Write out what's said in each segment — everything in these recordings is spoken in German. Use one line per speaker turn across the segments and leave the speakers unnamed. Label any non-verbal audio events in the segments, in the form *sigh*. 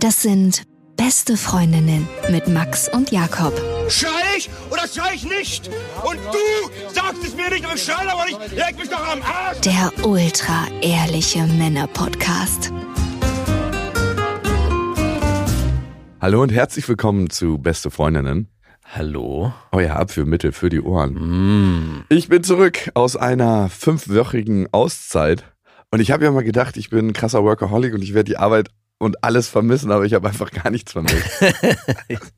Das sind Beste Freundinnen mit Max und Jakob.
Schrei ich oder schrei ich nicht? Und du sagst es mir nicht, aber ich schrei aber nicht. Leg mich doch am Arsch.
Der ultra ehrliche Männer Podcast.
Hallo und herzlich willkommen zu Beste Freundinnen.
Hallo?
Euer Abführmittel für die Ohren.
Mm.
Ich bin zurück aus einer fünfwöchigen Auszeit und ich habe ja mal gedacht, ich bin ein krasser Workaholic und ich werde die Arbeit und alles vermissen, aber ich habe einfach gar nichts vermisst.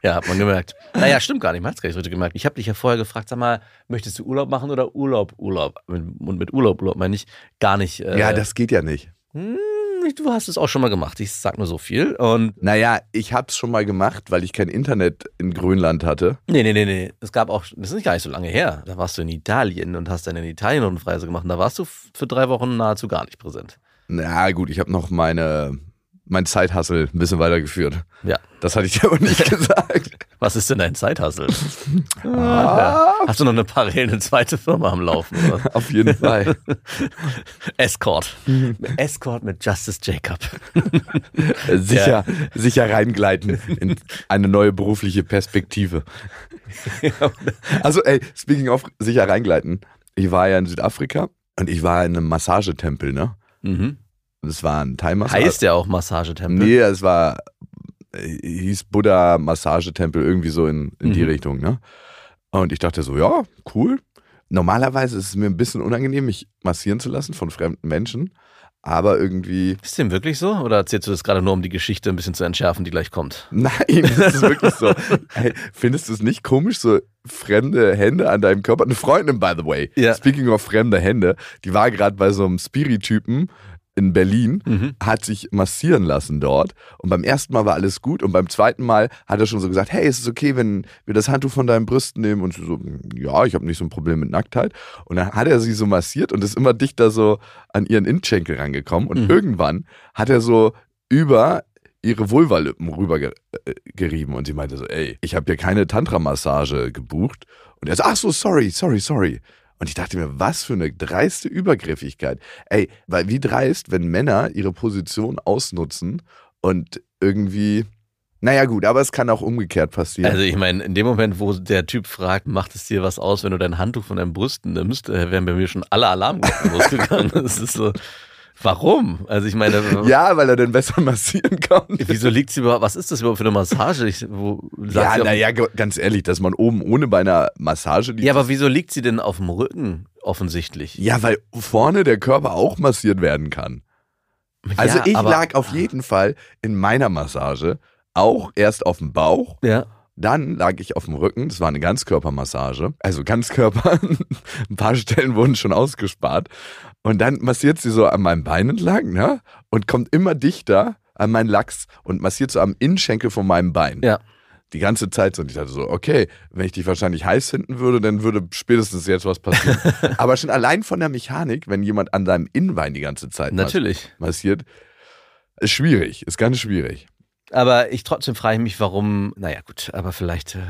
Ja, hat man gemerkt. Naja, stimmt gar nicht. Man hat es gar nicht so richtig gemerkt. Ich habe dich ja vorher gefragt, sag mal, möchtest du Urlaub machen oder Urlaub, Urlaub? Mit- Und mit Urlaub, Urlaub meine ich gar nicht. Äh,
ja, das geht ja nicht.
Hm, Du hast es auch schon mal gemacht. Ich sag nur so viel. Und
Naja, ich habe es schon mal gemacht, weil ich kein Internet in Grönland hatte.
nee, nee, nee, nee. Es gab auch, das ist gar nicht so lange her. Da warst du in Italien und hast dann in Italien Rundreise gemacht. Und da warst du f- für drei Wochen nahezu gar nicht präsent.
Na gut, ich habe noch meine, mein Zeithassel ein bisschen weitergeführt.
Ja.
Das hatte ich *laughs* dir aber nicht gesagt.
Was ist denn
*laughs*
dein Zeithassel? Ah, ja. Hast du noch eine parallel eine zweite Firma am Laufen?
*laughs*
Oder? was?
Auf jeden Fall.
Escort. Escort mit Justice Jacob.
Äh, sicher, sicher reingleiten in eine neue berufliche Perspektive. Also, ey, speaking of sicher reingleiten. Ich war ja in Südafrika und ich war in einem massagetempel, ne?
Mhm.
Das war ein Thai-Massage.
Heißt ja auch Massagetempel.
Nee, es war, äh, hieß Buddha Massagetempel, irgendwie so in, in die
Mhm.
Richtung, ne? Und ich dachte so, ja, cool. Normalerweise ist es mir ein bisschen unangenehm, mich massieren zu lassen von fremden Menschen, aber irgendwie
Ist dem wirklich so? Oder erzählst du das gerade nur, um die Geschichte ein bisschen zu entschärfen, die gleich kommt?
Nein, das ist wirklich so. Hey, findest du es nicht komisch, so fremde Hände an deinem Körper? Eine Freundin, by the way.
Ja.
Speaking of fremde Hände, die war gerade bei so einem Spiri-Typen in Berlin, hat sich massieren lassen dort. Und beim ersten Mal war alles gut. Und beim zweiten Mal hat er schon so gesagt: Hey, ist es okay, wenn wir das Handtuch von deinen Brüsten nehmen? Und sie so: Ja, ich habe nicht so ein Problem mit Nacktheit. Und dann hat er sie so massiert und ist immer dichter so an ihren Innenschenkel rangekommen. Und
Mhm.
irgendwann hat er so über ihre Vulvalippen rübergerieben und sie meinte so, ey, ich habe hier keine Tantra-Massage gebucht. Und er so, ach so, sorry, sorry, sorry. Und ich dachte mir, was für eine dreiste Übergriffigkeit. Ey, weil wie dreist, wenn Männer ihre Position ausnutzen und irgendwie, naja gut, aber es kann auch umgekehrt passieren.
Also ich meine, in dem Moment, wo der Typ fragt, macht es dir was aus, wenn du dein Handtuch von deinen Brüsten nimmst, äh, wären bei mir schon alle Alarmglocken *laughs* losgegangen. Das ist so, warum? Also ich meine,
*laughs* ja, weil er dann besser *laughs* massieren kann.
wieso liegt sie überhaupt, was ist das überhaupt für eine Massage? Ich, wo, sagt
Ja,
sie auf-
naja, ganz ehrlich, dass man oben ohne bei einer Massage liegt.
ja, aber wieso liegt sie denn auf dem Rücken offensichtlich?
ja, weil vorne der Körper auch massiert werden kann. Also
Ja,
ich
aber-
lag auf jeden Fall in meiner Massage auch erst auf dem Bauch,
Ja.
dann lag ich auf dem Rücken, das war eine Ganzkörpermassage, also Ganzkörper, *laughs* ein paar Stellen wurden schon ausgespart und dann massiert sie so an meinem Bein entlang ne? und kommt immer dichter an meinen Lachs und massiert so am Innenschenkel von meinem Bein.
Ja.
Die ganze Zeit so. Und ich dachte so, okay, wenn ich dich wahrscheinlich heiß finden würde, dann würde spätestens jetzt was
*laughs*
passieren. Aber schon allein von der Mechanik, wenn jemand an deinem Innenbein die ganze Zeit massiert,
Natürlich.
passiert. Ist schwierig, ist ganz schwierig.
Aber ich trotzdem frage ich mich, warum, naja gut, aber vielleicht äh,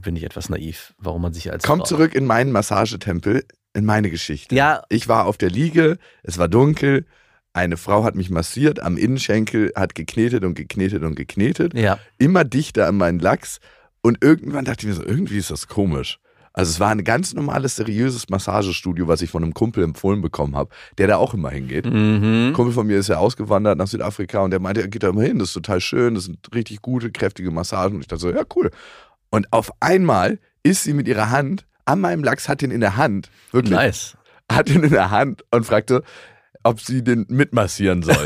bin ich etwas naiv, warum man sich als
Komm
Frau-
zurück in meinen Massagetempel, in meine Geschichte.
Ja,
Ich war auf der Liege, es war dunkel, eine Frau hat mich massiert am Innenschenkel, hat geknetet und geknetet und geknetet,
ja.
immer dichter an meinen Lachs und irgendwann dachte ich mir so, irgendwie ist das komisch. Also es war ein ganz normales, seriöses Massagestudio, was ich von einem Kumpel empfohlen bekommen habe, der da auch immer hingeht. Ein
Mhm.
Kumpel von mir ist ja ausgewandert nach Südafrika und der meinte, er geht da immer hin, das ist total schön, das sind richtig gute, kräftige Massagen. Und ich dachte so, ja, cool. Und auf einmal ist sie mit ihrer Hand an meinem Lachs, hat den in der Hand, wirklich,
Nice.
hat den in der Hand und fragte, ob sie den mitmassieren soll.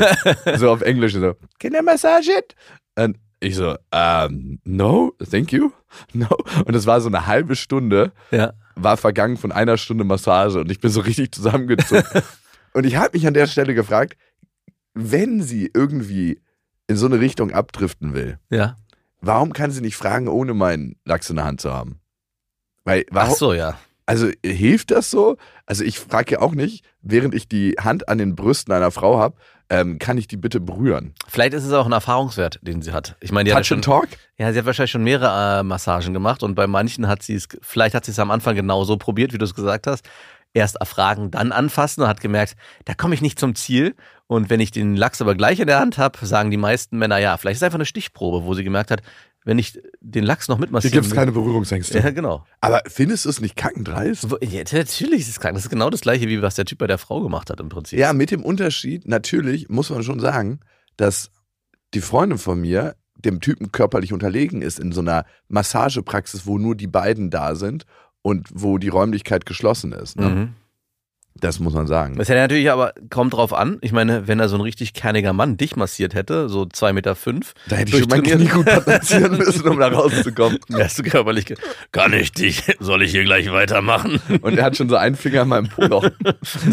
so auf Englisch, so, can I massage it? Und ich so, ähm, no, thank you, *laughs* no. Und es war so eine halbe Stunde
Ja.
war vergangen von einer Stunde Massage und ich bin so richtig zusammengezogen. und ich habe mich an der Stelle gefragt, wenn sie irgendwie in so eine Richtung abdriften will,
Ja.
warum kann sie nicht fragen, ohne meinen Lachs in der Hand zu haben? Weil,
Ach
warum,
so, ja.
also hilft das so? Also ich frage ja auch nicht, während ich die Hand an den Brüsten einer Frau habe, ähm, kann ich die bitte berühren?
Vielleicht ist es auch ein Erfahrungswert, den sie hat. Ich meine, die
Ja,
hat ja
Touch
schon,
and Talk?
ja, sie hat wahrscheinlich schon genau mehrere äh, Massagen gemacht und bei manchen hat sie es, vielleicht hat sie es am Anfang genauso probiert, wie du es gesagt hast. erst erfragen, dann anfassen und hat gemerkt, da komme ich nicht zum Ziel. Und wenn ich den Lachs aber gleich in der Hand habe, sagen die meisten Männer, ja, vielleicht ist es einfach eine Stichprobe, wo sie gemerkt hat, wenn ich den Lachs noch
Hier
mitmassieren
gibt es keine
will-
Berührungsängste.
*laughs* Ja, genau.
Aber findest du es nicht kackendreist?
Wo- Ja, natürlich ist es krank. Das ist genau das gleiche, wie was der Typ bei der Frau gemacht hat im Prinzip.
Ja, mit dem Unterschied, natürlich muss man schon sagen, dass die Freundin von mir dem Typen körperlich unterlegen ist in so einer Massagepraxis, wo nur die beiden da sind und wo die Räumlichkeit geschlossen ist. Ne?
Mhm.
Das muss man sagen.
Das hätte natürlich aber, kommt drauf an. Ich meine, wenn da so ein richtig kerniger Mann dich massiert hätte, so 2,5 Meter, fünf,
Da hätte ich schon mein Knie
durchtrainiert.
gut
*laughs*
platzieren müssen, um da rauszukommen.
wärst du körperlich. ge- Kann ich dich? Soll ich hier gleich weitermachen?
Und er hat schon so einen Finger in meinem Poloch.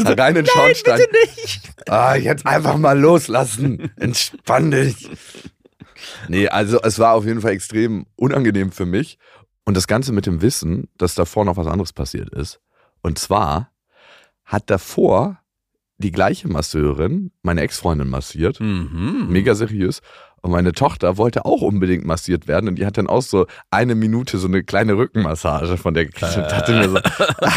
Rein in den Schornstein.
nicht.
Ah, jetzt einfach mal loslassen. Entspann dich. Nee, also es war auf jeden Fall extrem unangenehm für mich. Und das Ganze mit dem Wissen, dass davor noch was anderes passiert ist. Und zwar hat davor die gleiche Masseurin meine Ex-Freundin massiert.
Mhm.
Mega seriös. Und meine Tochter wollte auch unbedingt massiert werden. Und die hat dann auch so eine Minute so eine kleine Rückenmassage von der gekriegt. Und dachte mir
*laughs*
so,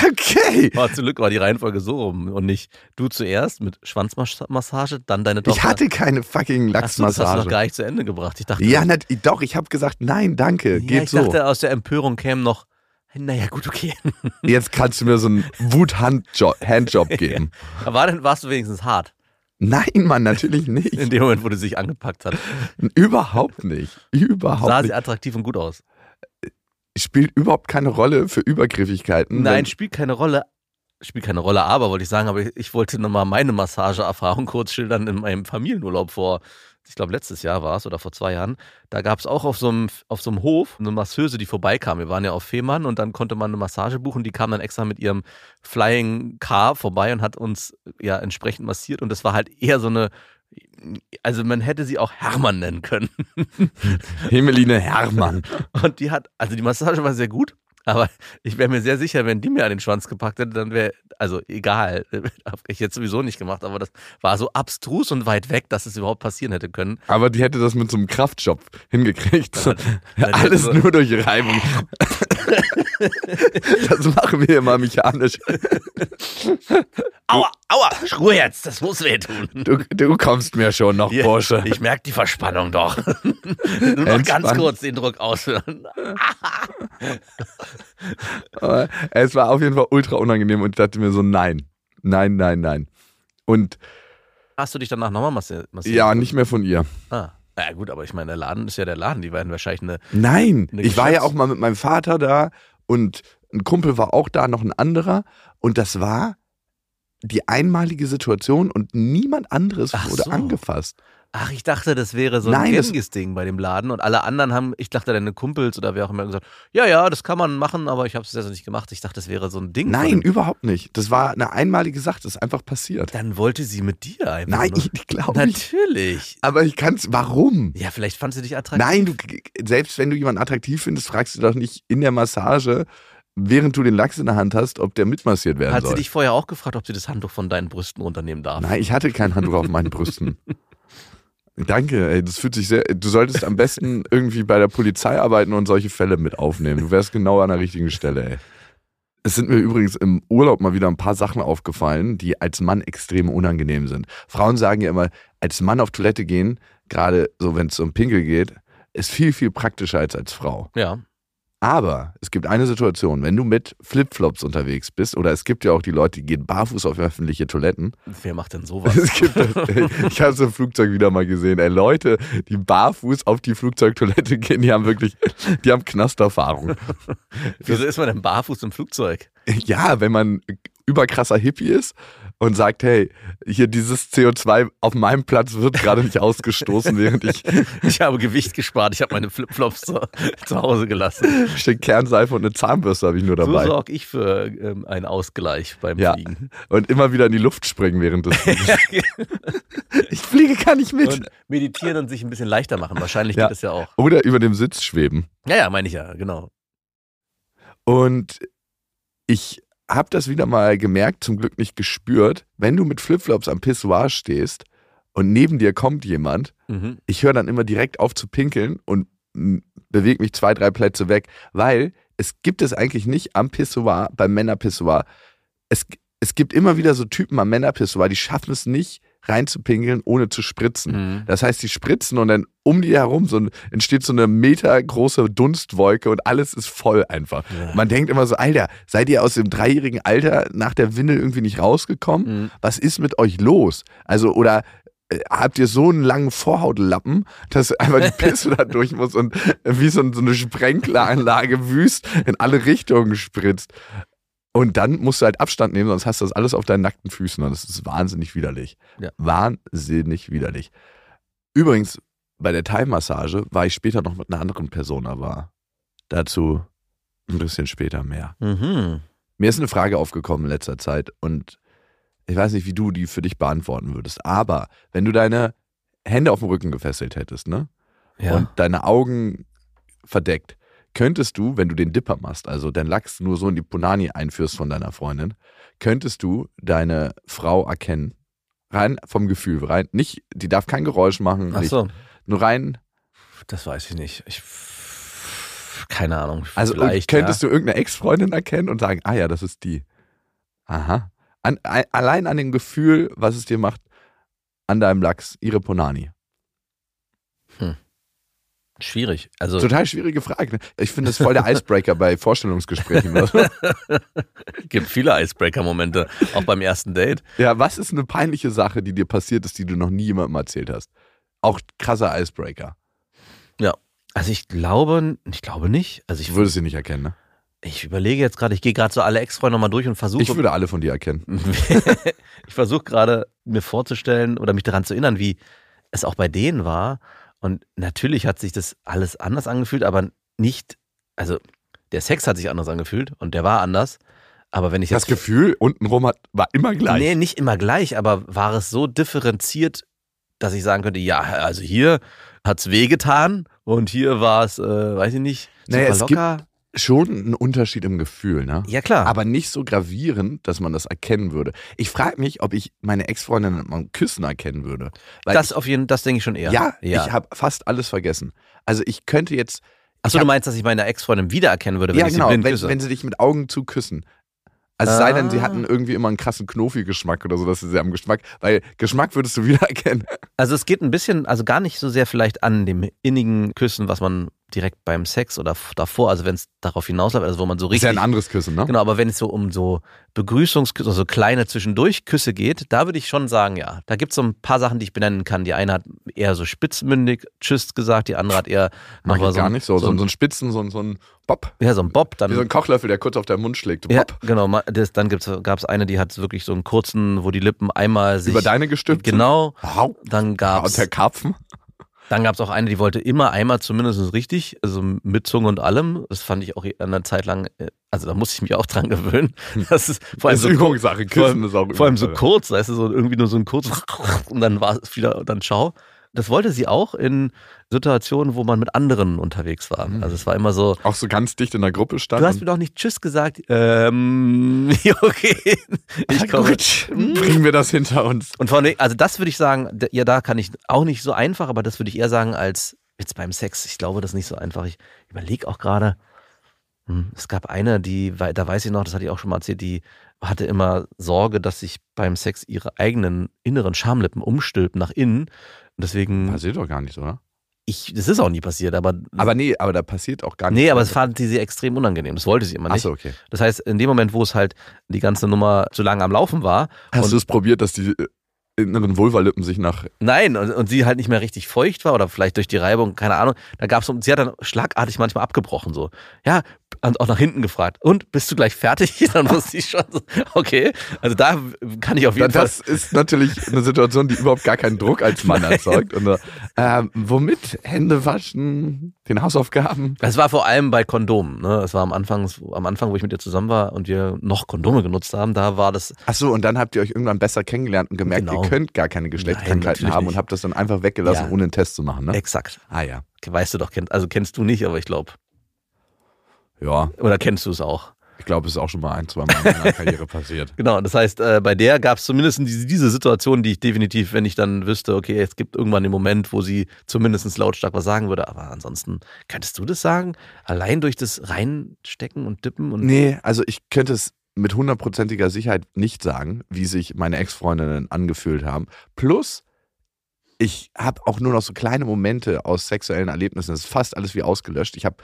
okay.
Oh, zum Glück war die Reihenfolge so rum und nicht du zuerst mit Schwanzmassage, dann deine Tochter.
Ich hatte keine fucking
Ach so, das hast du noch
Lachsmassage.
gar nicht zu Ende gebracht. Ich dachte,
Ja, nat- doch, ich habe gesagt, nein, danke,
Ja,
geht
ich
so.
dachte, aus der Empörung käme noch, naja,
*laughs*
gut, okay.
Jetzt kannst du mir so einen Wut-Handjob
*laughs*
geben.
Aber war denn, warst du wenigstens hart
Nein, Mann, natürlich
in
nicht.
dem Moment, wo du sich angepackt hat?
Überhaupt nicht.
Sah
Überhaupt
sie
nicht.
attraktiv und gut aus?
Spielt überhaupt keine Rolle für Übergriffigkeiten.
Nein, spielt keine Rolle. Spielt keine Rolle, aber wollte ich sagen, aber ich- ich wollte nochmal meine Massageerfahrung *laughs* kurz schildern in meinem Familienurlaub vor, ich glaube letztes Jahr war es oder vor zwei Jahren. Da gab es auch auf so, einem, auf so einem Hof eine Masseuse, die vorbeikam. Wir waren ja auf Fehmarn und dann konnte man eine Massage buchen. Die kam dann extra mit ihrem Flying Car vorbei und hat uns ja entsprechend massiert und das war halt eher so eine, also man hätte sie auch Hermann nennen können.
Wenn- Himmeline Herrmann.
Und die hat, also die Massage war sehr gut, aber ich wäre mir sehr sicher, wenn die mir an den Schwanz gepackt hätte, dann wäre, also egal, *laughs* hab ich jetzt sowieso nicht gemacht, aber das war so abstrus und weit weg, dass es überhaupt passieren hätte können.
Aber die hätte das mit so einem Kraftjob hingekriegt. So, *laughs*
dann
Alles
hätte so-
nur durch Reibung. das machen wir immer mechanisch.
Aua, aua, Ruhe jetzt, das muss *laughs* wehtun.
Du, du kommst mir schon noch,
Hier,
Bursche.
Ich merke die Verspannung doch. *laughs* Nur noch ganz
Entspannt.
kurz den Druck ausführen.
Aber es war auf jeden Fall ultra unangenehm und ich dachte mir so, nein, nein, nein, nein. Und
Hast du dich danach nochmal massiert? massiert?
ja, nicht mehr von ihr.
Ah. Ja gut, aber ich meine, der Laden ist ja der Laden. Die werden wahrscheinlich eine...
Nein,
Eine
ich war ja
Ne Geschäfts-
auch mal mit meinem Vater da und ein Kumpel war auch da, noch ein anderer. Und das war die einmalige Situation und niemand anderes
Ach
wurde
so.
angefasst.
Ach, ich dachte, das wäre so ein
Nein, das-
gängiges Ding bei dem Laden und alle anderen haben, ich dachte, deine Kumpels oder wer auch immer gesagt, ja, ja, das kann man machen, aber ich habe es ja so nicht gemacht. Ich dachte, das wäre so ein Ding. von
Nein,
dem-
überhaupt nicht. Das war eine einmalige Sache, das ist einfach passiert.
Dann wollte sie mit dir einfach.
Nein,
nur.
ich glaube nicht.
Natürlich.
Aber ich kann es, warum?
Ja, vielleicht fand sie dich attraktiv.
Nein, du, selbst wenn du jemanden attraktiv findest, fragst du doch nicht in der Massage, während du den Lachs in der Hand hast, ob der mitmassiert werden
Hat
soll.
sie dich vorher auch gefragt, ob sie das Handtuch von deinen Brüsten runternehmen darf?
Nein, ich hatte kein Handtuch auf meinen Brüsten. Danke, ey, das fühlt sich sehr. Du solltest am besten irgendwie bei der Polizei arbeiten und solche Fälle mit aufnehmen. Du wärst genau an der richtigen Stelle, ey. Es sind mir übrigens im Urlaub mal wieder ein paar Sachen aufgefallen, die als Mann extrem unangenehm sind. Frauen sagen ja immer, als Mann auf Toilette gehen, gerade so wenn es um Pinkel geht, ist viel, viel praktischer als als Frau.
Ja.
Aber es gibt eine Situation, wenn du mit Flipflops unterwegs bist, oder es gibt ja auch die Leute, die gehen barfuß auf öffentliche Toiletten,
Wer macht denn sowas?
es gibt das, ey. Ich habe es im Flugzeug wieder mal gesehen. Ey, Leute, die barfuß auf die Flugzeugtoilette gehen, die haben wirklich, die haben Knasterfahrung.
Wieso ist man denn barfuß
*laughs*
im Flugzeug?
Ja, wenn man überkrasser Hippie ist und sagt, hey, hier dieses CO2 auf meinem Platz wird gerade nicht ausgestoßen, während ich
Ich habe Gewicht gespart, ich habe meine Flipflops zu, zu Hause gelassen.
ein Stück Kernseife und eine Zahnbürste habe ich nur
So
dabei.
sorge ich für ähm, einen Ausgleich beim
Ja. *laughs*
Fliegen.
Und immer wieder in die Luft springen während *laughs* des Fluges. ich fliege gar nicht mit.
und meditieren und sich ein bisschen leichter machen. Wahrscheinlich
Ja.
geht es ja auch.
Oder über dem Sitz schweben.
Ja, ja, meine ich ja, genau.
Und ich habe das wieder mal gemerkt, zum Glück nicht gespürt, wenn du mit Flipflops am Pissoir stehst und neben dir kommt jemand,
Mhm.
ich höre dann immer direkt auf zu pinkeln und bewege mich zwei, drei Plätze weg, weil es gibt es eigentlich nicht am Pissoir, beim Männerpissoir. Es, es gibt immer wieder so Typen am Männerpiss, weil die schaffen es nicht reinzupinkeln, ohne zu spritzen.
Mhm.
Das heißt, die spritzen und dann um die herum so ein, entsteht so eine metergroße Dunstwolke und alles ist voll einfach. Man denkt immer so, Alter, seid ihr aus dem dreijährigen Alter nach der Windel irgendwie nicht rausgekommen?
Mhm.
Was ist mit euch los? Also, oder äh, habt ihr so einen langen Vorhautlappen, dass *laughs* einfach die Pisse da durch muss und wie so, ein- so eine Sprenkleranlage wüst in alle Richtungen spritzt. Und dann musst du halt Abstand nehmen, sonst hast du das alles auf deinen nackten Füßen und das ist wahnsinnig widerlich.
Ja.
Wahnsinnig widerlich. Übrigens, bei der Thai-Massage war ich später noch mit einer anderen Person, aber dazu ein bisschen später mehr.
Mhm.
Mir ist eine Frage aufgekommen in letzter Zeit und ich weiß nicht, wie du die für dich beantworten würdest, aber wenn du deine Hände auf dem Rücken gefesselt hättest, ne?
Ja.
und deine Augen verdeckt, könntest du, wenn du den Dipper machst, also deinen Lachs nur so in die Punani einführst von deiner Freundin, könntest du deine Frau erkennen. Rein vom Gefühl, rein. Nicht, die darf kein Geräusch machen,
Ach
nicht,
so,
nur rein.
das weiß ich nicht. Ich keine Ahnung.
Also
vielleicht,
könntest
ja.
du irgendeine Ex-Freundin erkennen und sagen, ah ja, das ist die. Aha. An, a- allein an dem Gefühl, was es dir macht, an deinem Lachs, ihre Punani.
schwierig. Also
Total schwierige Frage. ne? Ich finde das voll der Icebreaker bei Vorstellungsgesprächen. Oder
*laughs*
so.
gibt
*laughs*
viele Icebreaker-Momente, auch beim ersten Date.
Ja, was ist eine peinliche Sache, die dir passiert ist, die du noch nie jemandem erzählt hast? Auch krasser Icebreaker.
Also ich glaube, ich glaube nicht. Also ich,
Ich würde sie nicht erkennen, ne?
ich überlege jetzt gerade, ich gehe gerade so alle Ex-Freunde nochmal durch und versuche.
Ich würde alle von dir erkennen.
*laughs* ich versuche gerade mir vorzustellen oder mich daran zu erinnern, wie es auch bei denen war. Und natürlich hat sich das alles anders angefühlt, aber nicht, also der Sex hat sich anders angefühlt und der war anders. Aber wenn ich
Das
jetzt
Gefühl untenrum hat, war immer gleich.
Nee, nicht immer gleich, aber war es so differenziert, dass ich sagen könnte, ja, also hier hat's wehgetan und hier war es, äh, weiß ich nicht, super
Naja, es
locker.
Schon ein Unterschied im Gefühl, ne?
ja klar.
Aber nicht so gravierend, dass man das erkennen würde. Ich frage mich, ob ich meine Ex-Freundin am Küssen erkennen würde. Weil
das auf jeden das denke ich schon eher.
ich, ja,
ja.
ich habe fast alles vergessen. Also ich könnte jetzt.
Achso,
ich
du
hab-
meinst, dass ich meine Ex-Freundin wiedererkennen würde, wenn
Ja,
ich
genau,
sie blind
wenn,
küsse?
wenn sie dich mit Augen zu küssen. Also es sei denn, sie
Ah.
hatten irgendwie immer einen krassen Knofi-Geschmack oder so, dass sie sie am Geschmack, weil Geschmack würdest du *laughs* wieder erkennen.
Also es geht ein bisschen, also gar nicht so sehr vielleicht an dem innigen Küssen, was man direkt beim Sex oder f- davor, also wenn es darauf hinausläuft, also wo man so
Ist
richtig...
ja ein anderes Küssen, ne?
genau, aber wenn es so um so Begrüßungsküsse, also so kleine Zwischendurch-Küsse geht, da würde ich schon sagen, ja. Da gibt es so ein paar Sachen, die ich benennen kann. Die eine hat eher so spitzmündig Tschüss gesagt, die andere
*laughs*
hat eher
Mach
nochmal
ich
so,
gar
ein-
nicht so. So,
so, ein-
so ein Spitzen, so, ein- so ein Bob.
ja, so ein Bob, dann
Wie so ein Kochlöffel, der kurz auf deinen Mund schlägt.
ja,
Bob.
genau, ma- das, dann gab es eine, die hat wirklich so einen kurzen, wo die Lippen einmal sich
Über deine gestülpt. sind.
genau,
Au.
dann gab
Und
es
der Karpfen.
Dann gab es auch eine, die wollte immer einmal zumindest richtig, also mit Zunge und allem. Das fand ich auch eine Zeit lang, äh, also da musste ich mich auch dran gewöhnen. Das ist vor allem,
Ist
so,
Übungssache.
vor
Küssen
allem,
ist auch
vor allem so
Übungssache.
kurz, weißt du, so irgendwie nur so ein kurz *laughs* und dann war es wieder, dann schau. Das wollte sie auch in Situationen, wo man mit anderen unterwegs war. Also es war immer so,
Auch so ganz dicht in der Gruppe stand. *laughs*
du hast mir doch nicht Tschüss gesagt. Ähm, *laughs* okay, ich komme.
Gut, *laughs* Bringen wir das hinter uns.
Und von, also das würde ich sagen, d- ja, da kann ich auch nicht so einfach, aber das würde ich eher sagen als jetzt beim Sex. Ich glaube, das ist nicht so einfach. Ich überlege auch gerade, hm, es gab eine, die, wei- da weiß ich noch, das hatte ich auch schon mal erzählt, die hatte immer Sorge, dass sich beim Sex ihre eigenen inneren Schamlippen umstülpen nach innen. Und deswegen,
Hm. Passiert doch gar nicht, oder?
ich, das ist auch nie passiert, aber.
Aber nee, aber da passiert auch gar nichts.
Nee, aber es fand sie extrem unangenehm. Das wollte sie immer nicht.
Achso, okay.
Das heißt, in dem Moment, wo es halt die ganze Nummer zu lange am Laufen war,
Hast du es probiert, dass die äh, inneren Vulvalippen sich nach
Nein, und, und sie halt nicht mehr richtig feucht war oder vielleicht durch die Reibung, keine Ahnung. Da gab's so, sie hat dann schlagartig manchmal abgebrochen so. Ja, und auch nach hinten gefragt. Und bist du gleich fertig? *laughs* Dann wusste ich schon so, okay. Also da kann ich auf jeden Fall.
Das ist natürlich eine Situation, die überhaupt gar keinen Druck als
*laughs*
Mann erzeugt. Und, äh, ähm, womit? Hände waschen, den Hausaufgaben.
Das war vor allem bei Kondomen. Ne? Das war am Anfang, am Anfang, wo ich mit dir zusammen war und wir noch Kondome genutzt haben, da war das
Achso, und dann habt ihr euch irgendwann besser kennengelernt und gemerkt,
Genau.
ihr könnt gar keine
Nein,
Geschlechtskrankheiten
natürlich
haben
nicht.
und habt das dann einfach weggelassen,
Ja.
ohne einen Test zu machen. Ne?
exakt.
Ah ja.
Weißt du doch, kennt, also kennst du nicht, aber ich glaube.
Ja,
Oder kennst du es auch?
ich glaube, es ist auch schon mal ein, zwei Mal in
*laughs*
meiner Karriere passiert.
Genau, das heißt, äh, bei der gab es zumindest diese, diese Situation, die ich definitiv, wenn ich dann wüsste, okay, es gibt irgendwann den Moment, wo sie zumindest lautstark was sagen würde. Aber ansonsten, könntest du das sagen? Allein durch das Reinstecken und Dippen und.
Nee, also ich könnte es mit hundertprozentiger Sicherheit nicht sagen, wie sich meine Ex-Freundinnen angefühlt haben. Plus, ich habe auch nur noch so kleine Momente aus sexuellen Erlebnissen. Das ist fast alles wie ausgelöscht. Ich habe,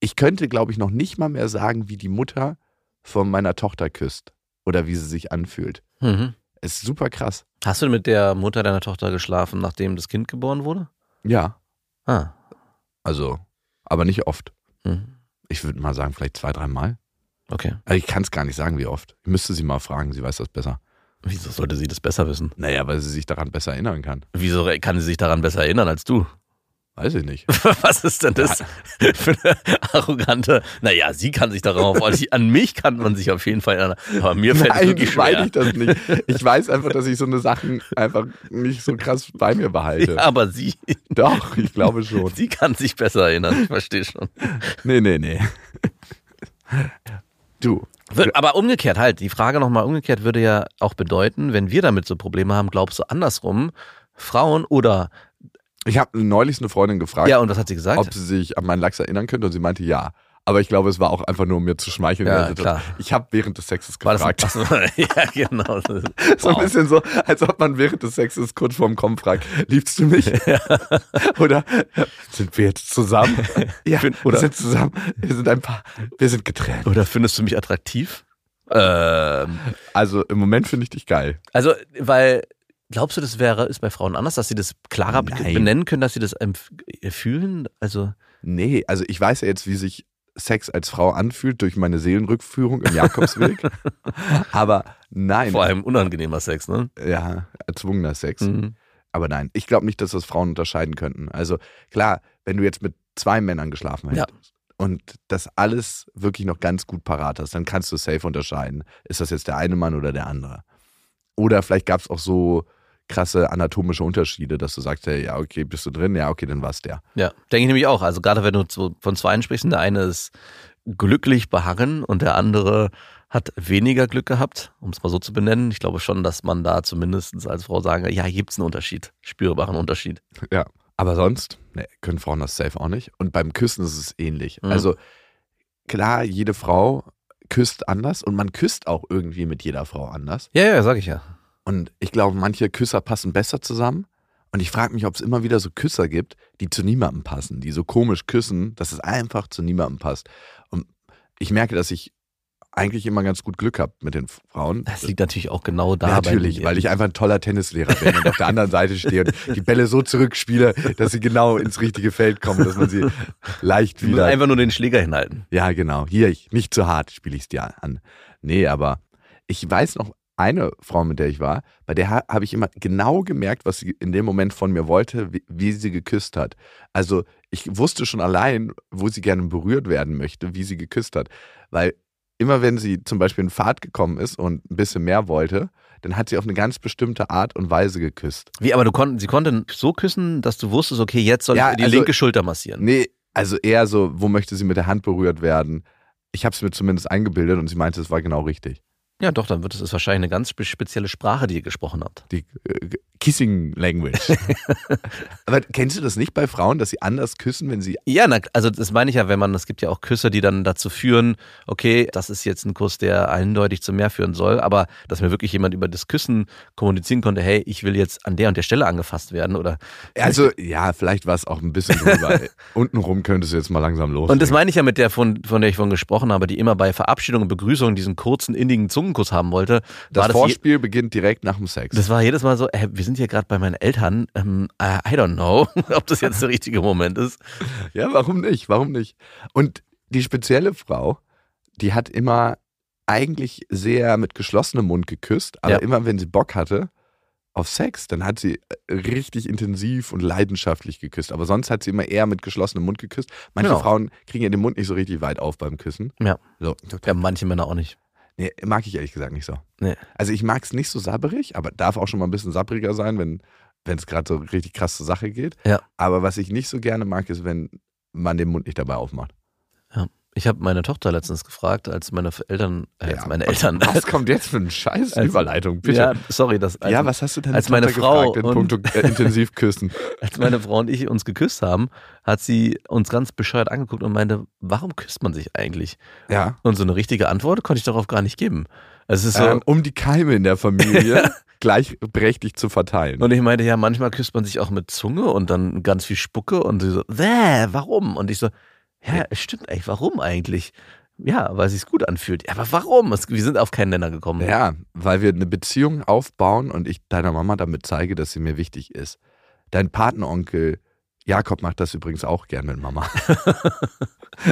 ich könnte, glaube ich, noch nicht mal mehr sagen, wie die Mutter von meiner Tochter küsst oder wie sie sich anfühlt.
Mhm.
Es ist super krass.
Hast du mit der Mutter deiner Tochter geschlafen, nachdem das Kind geboren wurde?
Ja,
Ah.
also, aber nicht oft.
Mhm.
Ich würde mal sagen, vielleicht zwei, dreimal.
Okay.
Also ich kann es gar nicht sagen, wie oft. Ich müsste sie mal fragen, sie weiß das besser.
Wieso sollte sie das besser wissen?
Naja, weil sie sich daran besser erinnern kann.
Wieso kann sie sich daran besser erinnern als du? *laughs*
Weiß ich nicht.
Was ist denn das *laughs* für eine arrogante? Naja, sie kann sich darauf, *laughs* also ich- an mich kann man sich auf jeden Fall erinnern. Aber mir fällt es
Nein,
wirklich
ich meine
schwer.
ich das nicht. Ich weiß einfach, dass ich so eine Sachen einfach nicht so krass bei mir behalte.
Ja, aber sie,
Doch, ich glaube schon.
*laughs* sie kann sich besser erinnern. Ich verstehe schon.
Nee, nee, nee. Du,
Wür- Aber umgekehrt halt, die Frage nochmal umgekehrt würde ja auch bedeuten, wenn wir damit so Probleme haben, glaubst du andersrum, Frauen oder,
ich habe neulich eine Freundin gefragt,
ja und was hat sie gesagt?
ob sie sich an meinen Lachs erinnern könnte und sie meinte ja. Aber ich glaube, es war auch einfach nur, um mir zu schmeicheln.
Ja,
Also,
klar.
Ich habe während des Sexes
War das
gefragt.
*laughs* ja, genau.
*laughs* So ein
Wow.
bisschen so, als ob man während des Sexes kurz vorm Kommen fragt, liebst du mich? *laughs* Oder sind wir jetzt
*laughs*
zusammen? ja,
oder-
wir sind zusammen. Wir sind ein Paar. Wir sind getrennt.
Oder findest du mich attraktiv? Ähm,
Also im Moment finde ich dich geil.
also, weil glaubst du, das wäre ist bei Frauen anders, dass sie das klarer be-
Nein.
benennen können, dass sie das empf- fühlen? Also
Nee, also ich weiß ja jetzt, wie sich Sex als Frau anfühlt durch meine Seelenrückführung im *laughs* Jakobsweg. Aber nein.
vor allem unangenehmer Sex, ne?
Ja, erzwungener Sex.
Mhm.
Aber nein, ich glaube nicht, dass das Frauen unterscheiden könnten. Also klar, wenn du jetzt mit zwei Männern geschlafen
Ja.
hättest und das alles wirklich noch ganz gut parat hast, dann kannst du safe unterscheiden. Ist das jetzt der eine Mann oder der andere? Oder vielleicht gab es auch so krasse anatomische Unterschiede, dass du sagst, hey, ja, okay, bist du drin? Ja, okay, dann war's der.
Ja, denke ich nämlich auch. Also gerade wenn du zu, von zwei sprichst, der eine ist glücklich beharren und der andere hat weniger Glück gehabt, um es mal so zu benennen. Ich glaube schon, dass man da zumindest als Frau sagen kann, ja, hier gibt's einen Unterschied, spürbaren Unterschied.
Ja. Aber sonst, nee, können Frauen das safe auch nicht. Und beim Küssen ist es ähnlich.
Mhm.
Also klar, jede Frau küsst anders und man küsst auch irgendwie mit jeder Frau anders.
Ja, ja, sag ich ja.
Und ich glaube, manche Küsser passen besser zusammen. Und ich frage mich, ob es immer wieder so Küsser gibt, die zu niemandem passen, die so komisch küssen, dass es einfach zu niemandem passt. Und ich merke, dass ich eigentlich immer ganz gut Glück habe mit den Frauen.
Das liegt natürlich auch genau da.
Natürlich, weil ich einfach ein toller Tennislehrer bin und auf der anderen Seite stehe und die Bälle so zurückspiele, dass sie genau ins richtige Feld kommen, dass man sie leicht
Du musst
wieder
einfach nur den Schläger hinhalten.
ja, genau. Hier, ich, nicht zu hart spiele ich es dir an. Nee, aber ich weiß noch eine Frau, mit der ich war, bei der ha- habe ich immer genau gemerkt, was sie in dem Moment von mir wollte, wie, wie sie geküsst hat. Also ich wusste schon allein, wo sie gerne berührt werden möchte, wie sie geküsst hat. Weil immer wenn sie zum Beispiel in Fahrt gekommen ist und ein bisschen mehr wollte, dann hat sie auf eine ganz bestimmte Art und Weise geküsst.
Wie, aber du konntest, sie konnten so küssen, dass du wusstest, okay, jetzt soll
Ja,
ich die
also-
linke Schulter massieren.
Nee, also eher so, wo möchte sie mit der Hand berührt werden? Ich habe es mir zumindest eingebildet und sie meinte, es war genau richtig.
Ja, doch, dann wird es ist wahrscheinlich eine ganz spe- spezielle Sprache, die ihr gesprochen habt.
die äh, Kissing Language.
*laughs*
Aber kennst du das nicht bei Frauen, dass sie anders küssen, wenn sie.
Ja, na, also das meine ich ja, wenn man, es gibt ja auch Küsse, die dann dazu führen, okay, das ist jetzt ein Kuss, der eindeutig zu mehr führen soll, aber dass mir wirklich jemand über das Küssen kommunizieren konnte, hey, ich will jetzt an der und der Stelle angefasst werden oder
Also, ja, vielleicht war es auch ein bisschen
*laughs*
drüber. Untenrum könntest du jetzt mal langsam los.
Und das meine ich ja mit der, von, von der ich vorhin gesprochen habe, die immer bei Verabschiedung und Begrüßung diesen kurzen, innigen Zungenkuss haben wollte.
das
war das, je,
Vorspiel beginnt direkt nach dem Sex.
das war jedes Mal so, äh, wir sind hier gerade bei meinen Eltern. Ähm, äh, I don't know, *laughs* ob das jetzt der richtige Moment ist.
ja, warum nicht? Warum nicht? Und die spezielle Frau, die hat immer eigentlich sehr mit geschlossenem Mund geküsst, aber
Ja.
immer wenn sie Bock hatte auf Sex, dann hat sie äh, richtig intensiv und leidenschaftlich geküsst. Aber sonst hat sie immer eher mit geschlossenem Mund geküsst. Manche
Genau.
Frauen kriegen ja den Mund nicht so richtig weit auf beim Küssen.
Ja.
So.
Ja, manche Männer auch nicht.
Nee, mag ich ehrlich gesagt nicht so.
Nee.
Also ich mag es nicht so sabberig, aber darf auch schon mal ein bisschen sabbriger sein, wenn wenn es gerade so richtig krass zur Sache geht.
Ja.
Aber was ich nicht so gerne mag, ist, wenn man den Mund nicht dabei aufmacht.
Ich habe meine Tochter letztens gefragt, als meine Eltern, äh, als
Ja,
meine Eltern,
Was kommt jetzt für eine scheiß
Also,
Überleitung, bitte?
ja, sorry, das, als,
ja, was hast du denn
als meine Frau
gefragt in
und-
puncto äh, Intensivküssen?
*laughs* als meine Frau und ich uns geküsst haben, hat sie uns ganz bescheuert angeguckt und meinte, warum küsst man sich eigentlich?
Ja.
Und so eine richtige Antwort konnte ich darauf gar nicht geben. Also es ist so,
Ähm, um die Keime in der Familie
*laughs*
gleichberechtigt zu verteilen.
und ich meinte, ja, manchmal küsst man sich auch mit Zunge und dann ganz viel Spucke und sie so, "Wäh, warum? Und ich so, ja, es stimmt eigentlich, warum eigentlich? Ja, weil es sich gut anfühlt. Ja, aber warum? Es, wir sind auf keinen Nenner gekommen.
ja, weil wir eine Beziehung aufbauen und ich deiner Mama damit zeige, dass sie mir wichtig ist. Dein Patenonkel Jakob macht das übrigens auch gern mit
*laughs*
Mama.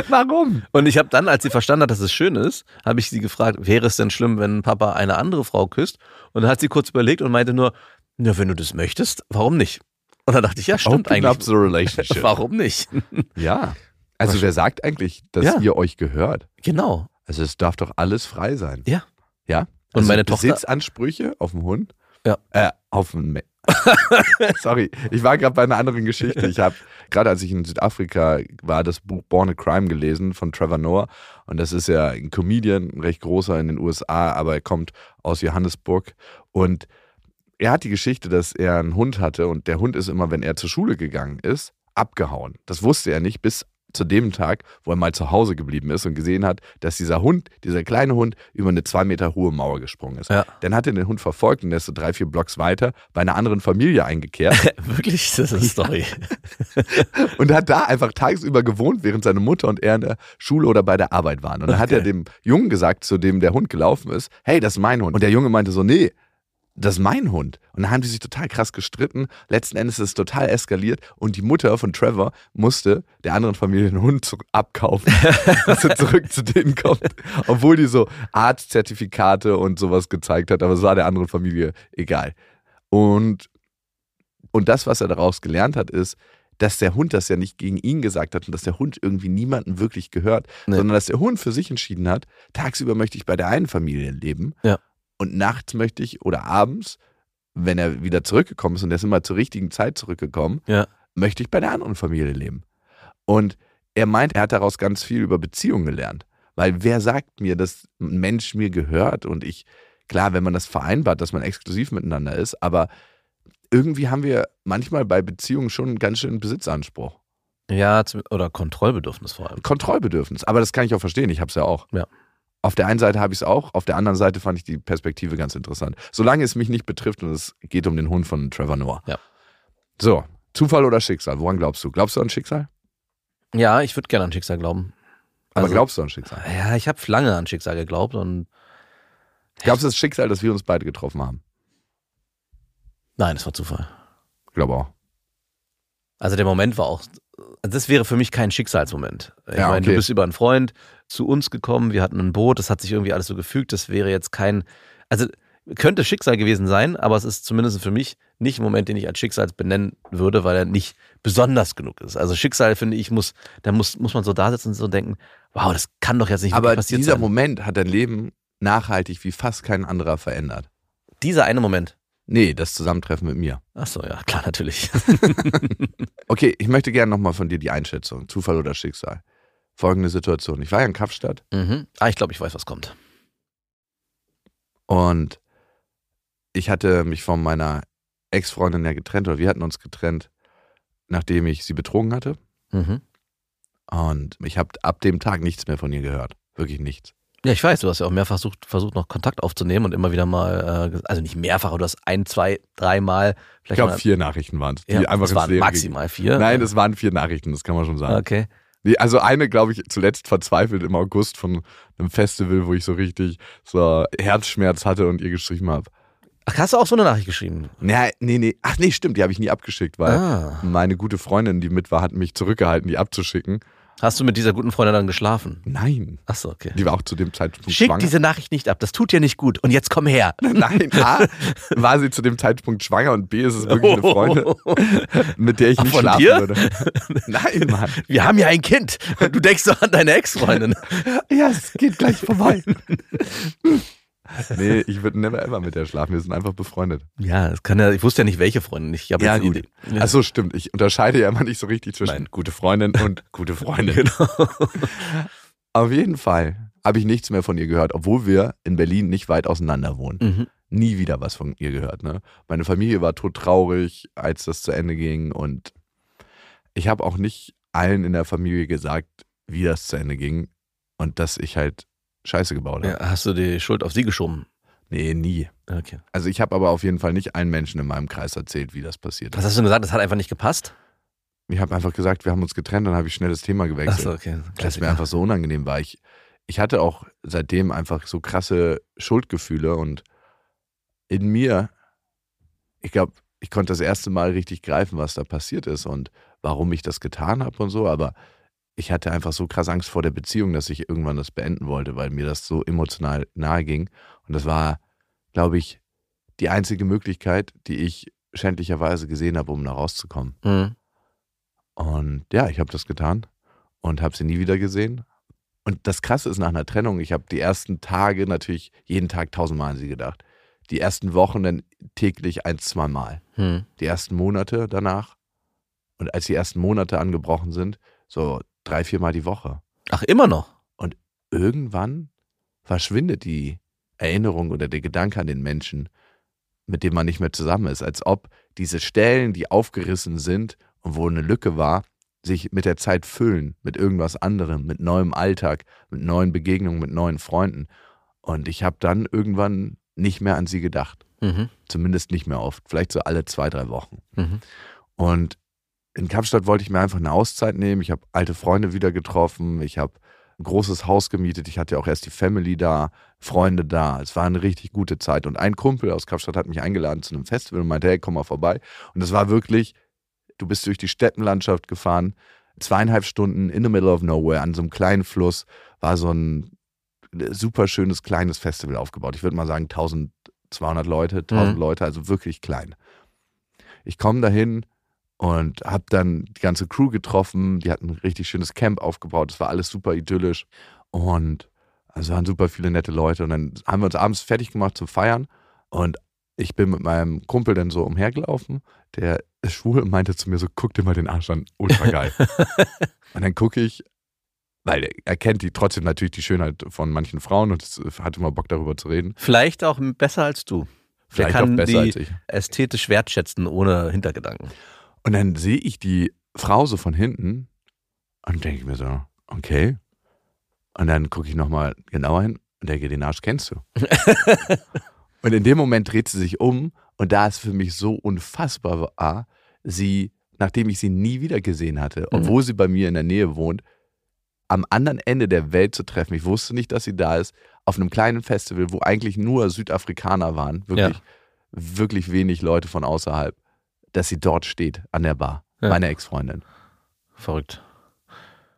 Warum?
Und ich habe dann, als sie verstanden hat, dass es schön ist, habe ich sie gefragt, wäre es denn schlimm, wenn Papa eine andere Frau küsst? Und dann hat sie kurz überlegt und meinte nur, na, wenn du das möchtest, warum nicht? Und dann dachte ich, ja, stimmt
Open up
eigentlich.
the relationship.
Warum nicht? *laughs*
Ja. Also wer sagt eigentlich, dass
Ja.
ihr euch gehört?
Genau.
Also es darf doch alles frei sein.
Ja.
Ja.
Und
also
meine Tochter-
Besitzansprüche auf den Hund?
Ja.
Äh, auf den. Me *laughs* Sorry, ich war gerade bei einer anderen Geschichte. Ich habe gerade, als ich in Südafrika war, das Buch Born a Crime gelesen von Trevor Noah. Und das ist ja ein Comedian, ein recht großer in den USA, aber er kommt aus Johannesburg und er hat die Geschichte, dass er einen Hund hatte und der Hund ist immer, wenn er zur Schule gegangen ist, abgehauen. Das wusste er nicht bis zu dem Tag, wo er mal zu Hause geblieben ist und gesehen hat, dass dieser Hund, dieser kleine Hund, über eine zwei Meter hohe Mauer gesprungen ist.
Ja.
Dann hat er den Hund verfolgt und er ist so drei, vier Blocks weiter bei einer anderen Familie eingekehrt
Äh, Wirklich, das ist eine Story.
und hat da einfach tagsüber gewohnt, während seine Mutter und er in der Schule oder bei der Arbeit waren. Und dann hat er dem Jungen gesagt, zu dem der Hund gelaufen ist, hey, das ist mein Hund. Und der Junge meinte so, nee, das ist mein Hund. Und dann haben die sich total krass gestritten. Letzten Endes ist es total eskaliert und die Mutter von Trevor musste der anderen Familie einen Hund zurück- abkaufen, dass er zurück zu denen kommt. Obwohl die so Arztzertifikate und sowas gezeigt hat, aber es war der anderen Familie egal. Und, und das, was er daraus gelernt hat, ist, dass der Hund das ja nicht gegen ihn gesagt hat und dass der Hund irgendwie niemanden wirklich gehört,
Nee.
sondern dass der Hund für sich entschieden hat, tagsüber möchte ich bei der einen Familie leben und nachts möchte ich oder abends, wenn er wieder zurückgekommen ist und er ist immer zur richtigen Zeit zurückgekommen,
Ja.
möchte ich bei der anderen Familie leben. Und er meint, er hat daraus ganz viel über Beziehungen gelernt. Weil wer sagt mir, dass ein Mensch mir gehört und ich, klar, wenn man das vereinbart, dass man exklusiv miteinander ist, aber irgendwie haben wir manchmal bei Beziehungen schon einen ganz schönen Besitzanspruch.
Ja, zum- oder Kontrollbedürfnis vor allem.
Kontrollbedürfnis. Aber das kann ich auch verstehen, ich habe es ja auch.
Ja.
Auf der einen Seite habe ich es auch, auf der anderen Seite fand ich die Perspektive ganz interessant. Solange es mich nicht betrifft und es geht um den Hund von Trevor Noah.
Ja.
So, Zufall oder Schicksal? Woran glaubst du? Glaubst du an Schicksal?
Ja, ich würde gerne an Schicksal glauben.
Aber
Also-
glaubst du an Schicksal?
Ja, ich habe lange an Schicksal geglaubt und
Glaubst du das Schicksal, dass wir uns beide getroffen haben?
nein, es war Zufall.
Ich glaube auch.
Also der Moment war auch, das wäre für mich kein Schicksalsmoment. Ich
Ja,
meine, du
okay.
bist über einen Freund zu uns gekommen, wir hatten ein Boot, das hat sich irgendwie alles so gefügt, das wäre jetzt kein, also könnte Schicksal gewesen sein, aber es ist zumindest für mich nicht ein Moment, den ich als Schicksal benennen würde, weil er nicht besonders genug ist. Also Schicksal, finde ich, muss, da muss, muss man so da sitzen und so denken, wow, das kann doch jetzt nicht
Aber
wirklich passiert
dieser
sein.
Moment hat dein Leben nachhaltig wie fast kein anderer verändert.
dieser eine Moment.
Nee, das Zusammentreffen mit mir.
Ach so, ja, klar, natürlich.
Okay, ich möchte gerne nochmal von dir die Einschätzung. Zufall oder Schicksal? Folgende Situation. Ich war ja in Kapstadt
mhm. Ah, ich glaube, ich weiß, was kommt.
Und ich hatte mich von meiner Ex-Freundin ja getrennt, oder wir hatten uns getrennt, nachdem ich sie betrogen hatte.
Mhm.
Und ich habe ab dem Tag nichts mehr von ihr gehört. Wirklich nichts.
Ja, ich weiß, du hast ja auch mehrfach versucht, versucht noch Kontakt aufzunehmen und immer wieder mal, äh, ges- also nicht mehrfach, aber du hast ein, zwei, dreimal, vielleicht
Ich glaube,
mal,
vier Nachrichten waren es. die
ja,
einfach
es
ins
waren
Leere
maximal vier.
gingen. Nein, das waren vier Nachrichten, das kann man schon sagen.
Okay.
Nee, also eine, glaube ich, zuletzt verzweifelt im August von einem Festival, wo ich so richtig so Herzschmerz hatte und ihr geschrieben habe.
Ach, hast du auch so eine Nachricht geschrieben?
Nee, nee, nee. Ach nee, stimmt, die habe ich nie abgeschickt, weil
Ah.
meine gute Freundin, die mit war, hat mich zurückgehalten, die abzuschicken.
Hast du mit dieser guten Freundin dann geschlafen?
Nein.
Ach so, okay.
Die war auch zu dem Zeitpunkt
Schick
schwanger.
diese Nachricht nicht ab, das tut dir nicht gut. Und jetzt komm her.
*laughs* Nein, A, war sie zu dem Zeitpunkt schwanger und B, ist es wirklich eine
*laughs*
Freundin, mit der ich
Ach,
nicht
von
schlafen
dir?
würde. Nein, Mann.
Wir haben ja ein Kind. Und du denkst doch an deine
*laughs*
Ex-Freundin.
Ja, es geht gleich vorbei. nee, ich würde never ever mit der schlafen. Wir sind einfach befreundet.
Ja, das kann ja, ich wusste ja nicht, welche Freundin. Ich habe jetzt die- Ja.
Achso, stimmt. Ich unterscheide ja immer nicht so richtig zwischen
Nein. *laughs*
*laughs* gute Freundin und gute Freundin.
Genau.
Auf jeden Fall habe ich nichts mehr von ihr gehört, obwohl wir in Berlin nicht weit auseinander wohnen.
Mhm.
Nie wieder was von ihr gehört. Ne? Meine Familie war todtraurig, als das zu Ende ging. Und ich habe auch nicht allen in der Familie gesagt, wie das zu Ende ging und dass ich halt Scheiße gebaut habe.
Ja, hast du die Schuld auf sie geschoben?
Nee, nie.
Okay.
Also ich habe aber auf jeden Fall nicht allen Menschen in meinem Kreis erzählt, wie das passiert
Was
ist.
hast du denn gesagt? Das hat einfach nicht gepasst?
Ich habe einfach gesagt, wir haben uns getrennt, dann habe ich schnell das Thema gewechselt.
Achso, okay.
weil es
Klassiker.
mir einfach so unangenehm war. Ich, ich hatte auch seitdem einfach so krasse Schuldgefühle und in mir, ich glaube, ich konnte das erste Mal richtig greifen, was da passiert ist und warum ich das getan habe und so, aber ich hatte einfach so krass Angst vor der Beziehung, dass ich irgendwann das beenden wollte, weil mir das so emotional nahe ging. Und das war, glaube ich, die einzige Möglichkeit, die ich schändlicherweise gesehen habe, um da rauszukommen.
Mhm.
Und ja, ich habe das getan und habe sie nie wieder gesehen. Und das Krasse ist, nach einer Trennung, ich habe die ersten Tage natürlich jeden Tag tausendmal an sie gedacht. Die ersten Wochen dann täglich ein, zweimal.
Mhm.
Die ersten Monate danach. Und als die ersten Monate angebrochen sind, so drei, viermal die Woche.
Ach, immer noch?
Irgendwann verschwindet die Erinnerung oder der Gedanke an den Menschen, mit dem man nicht mehr zusammen ist. Als ob diese Stellen, die aufgerissen sind und wo eine Lücke war, sich mit der Zeit füllen, mit irgendwas anderem, mit neuem Alltag, mit neuen Begegnungen, mit neuen Freunden. Und ich habe dann irgendwann nicht mehr an sie gedacht.
Mhm.
Zumindest nicht mehr oft. Vielleicht so alle zwei, drei Wochen.
Mhm.
Und in Kapstadt wollte ich mir einfach eine Auszeit nehmen. Ich habe alte Freunde wieder getroffen. Ich habe ein großes Haus gemietet. Ich hatte ja auch erst die Family da, Freunde da. Es war eine richtig gute Zeit. Und ein Kumpel aus Kapstadt hat mich eingeladen zu einem Festival und meinte, hey, komm mal vorbei. Und das war wirklich, du bist durch die Steppenlandschaft gefahren, zweieinhalb Stunden in the middle of nowhere an so einem kleinen Fluss, war so ein super schönes kleines Festival aufgebaut. Ich würde mal sagen 1200 Leute, 1000
Mhm.
Leute, also wirklich klein. Ich komme dahin, und habe dann die ganze Crew getroffen. Die hatten ein richtig schönes Camp aufgebaut. Es war alles super idyllisch und es waren super viele nette Leute. Und dann haben wir uns abends fertig gemacht zum Feiern und ich bin mit meinem Kumpel dann so umhergelaufen. Der ist schwul und meinte zu mir so, guck dir mal den Arsch an, ultra
*laughs*
geil. und dann gucke ich, weil er kennt die trotzdem natürlich die Schönheit von manchen Frauen und es- hatte immer Bock darüber zu reden.
Vielleicht auch besser als du. Der
Vielleicht
kann
auch besser
die
als ich.
ästhetisch wertschätzen ohne Hintergedanken.
Und dann sehe ich die Frau so von hinten und denke mir so, okay. Und dann gucke ich nochmal genauer hin und denke, den Arsch kennst du. und in dem Moment dreht sie sich um und da es für mich so unfassbar war, sie, nachdem ich sie nie wieder gesehen hatte, obwohl sie bei mir in der Nähe wohnt, am anderen Ende der Welt zu treffen. Ich wusste nicht, dass sie da ist, auf einem kleinen Festival, wo eigentlich nur Südafrikaner waren, wirklich, wirklich wenig Leute von außerhalb dass sie dort steht an der Bar.
Ja.
Meine Ex-Freundin.
Verrückt.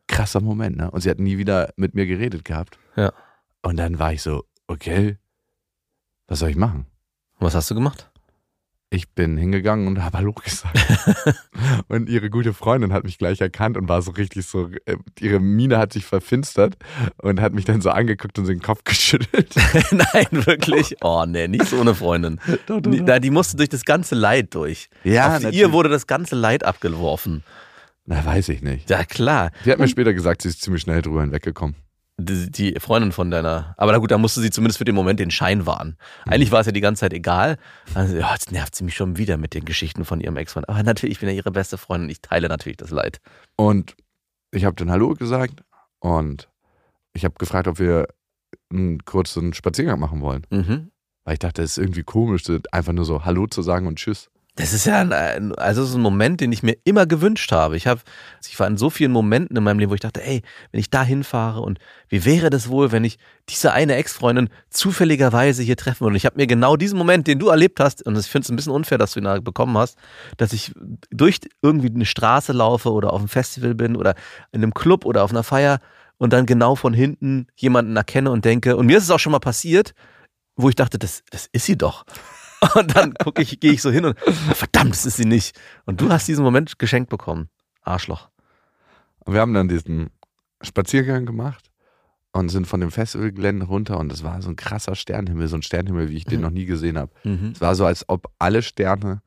Krasser Moment, ne? Und sie hat nie wieder mit mir geredet gehabt.
Ja.
Und dann war ich so, okay, was soll ich machen?
Und Was hast du gemacht?
Ich bin hingegangen und habe Hallo gesagt. und ihre gute Freundin hat mich gleich erkannt und war so richtig so, äh, ihre Miene hat sich verfinstert und hat mich dann so angeguckt und so den Kopf *laughs* geschüttelt.
*laughs* Nein, *laughs* wirklich. Oh nee, nicht so ohne *laughs* Freundin.
Doch, doch,
Nee,
doch.
Na, die musste durch das ganze Leid durch.
Ja,
Auf
natürlich.
ihr wurde das ganze Leid abgeworfen.
Na, weiß ich nicht.
Ja, klar.
Die hat mir später gesagt, sie ist ziemlich schnell drüber hinweggekommen.
Die, die Freundin von deiner. Aber na gut, da musste sie zumindest für den Moment den Schein wahren. Eigentlich war es ja die ganze Zeit egal. Also, ja, jetzt nervt sie mich schon wieder mit den Geschichten von ihrem Ex-Freund. Aber natürlich, ich bin ja ihre beste Freundin. Ich teile natürlich das Leid.
Und ich habe dann Hallo gesagt und ich habe gefragt, ob wir einen kurzen Spaziergang machen wollen.
Mhm.
Weil ich dachte, es ist irgendwie komisch, einfach nur so Hallo zu sagen und Tschüss.
Das ist ja ein, ein- also so ein Moment, den ich mir immer gewünscht habe. Ich habe, ich war in so vielen Momenten in meinem Leben, wo ich dachte, ey, wenn ich da hinfahre und wie wäre das wohl, wenn ich diese eine Ex-Freundin zufälligerweise hier treffen würde. Und ich habe mir genau diesen Moment, den du erlebt hast, und ich finde es ein bisschen unfair, dass du ihn da bekommen hast, dass ich durch irgendwie eine Straße laufe oder auf einem Festival bin oder in einem Club oder auf einer Feier und dann genau von hinten jemanden erkenne und denke, und mir ist es auch schon mal passiert, wo ich dachte, das, das ist sie doch. *laughs* Und dann gucke ich, gehe ich so hin und ah, verdammt, das ist sie nicht. Und du hast diesen Moment geschenkt bekommen. Arschloch.
Und wir haben dann diesen Spaziergang gemacht und sind von dem Festivalgelände runter und es war so ein krasser Sternenhimmel, so ein Sternenhimmel, wie ich den noch nie gesehen habe.
Mhm.
Es war so, als ob alle Sterne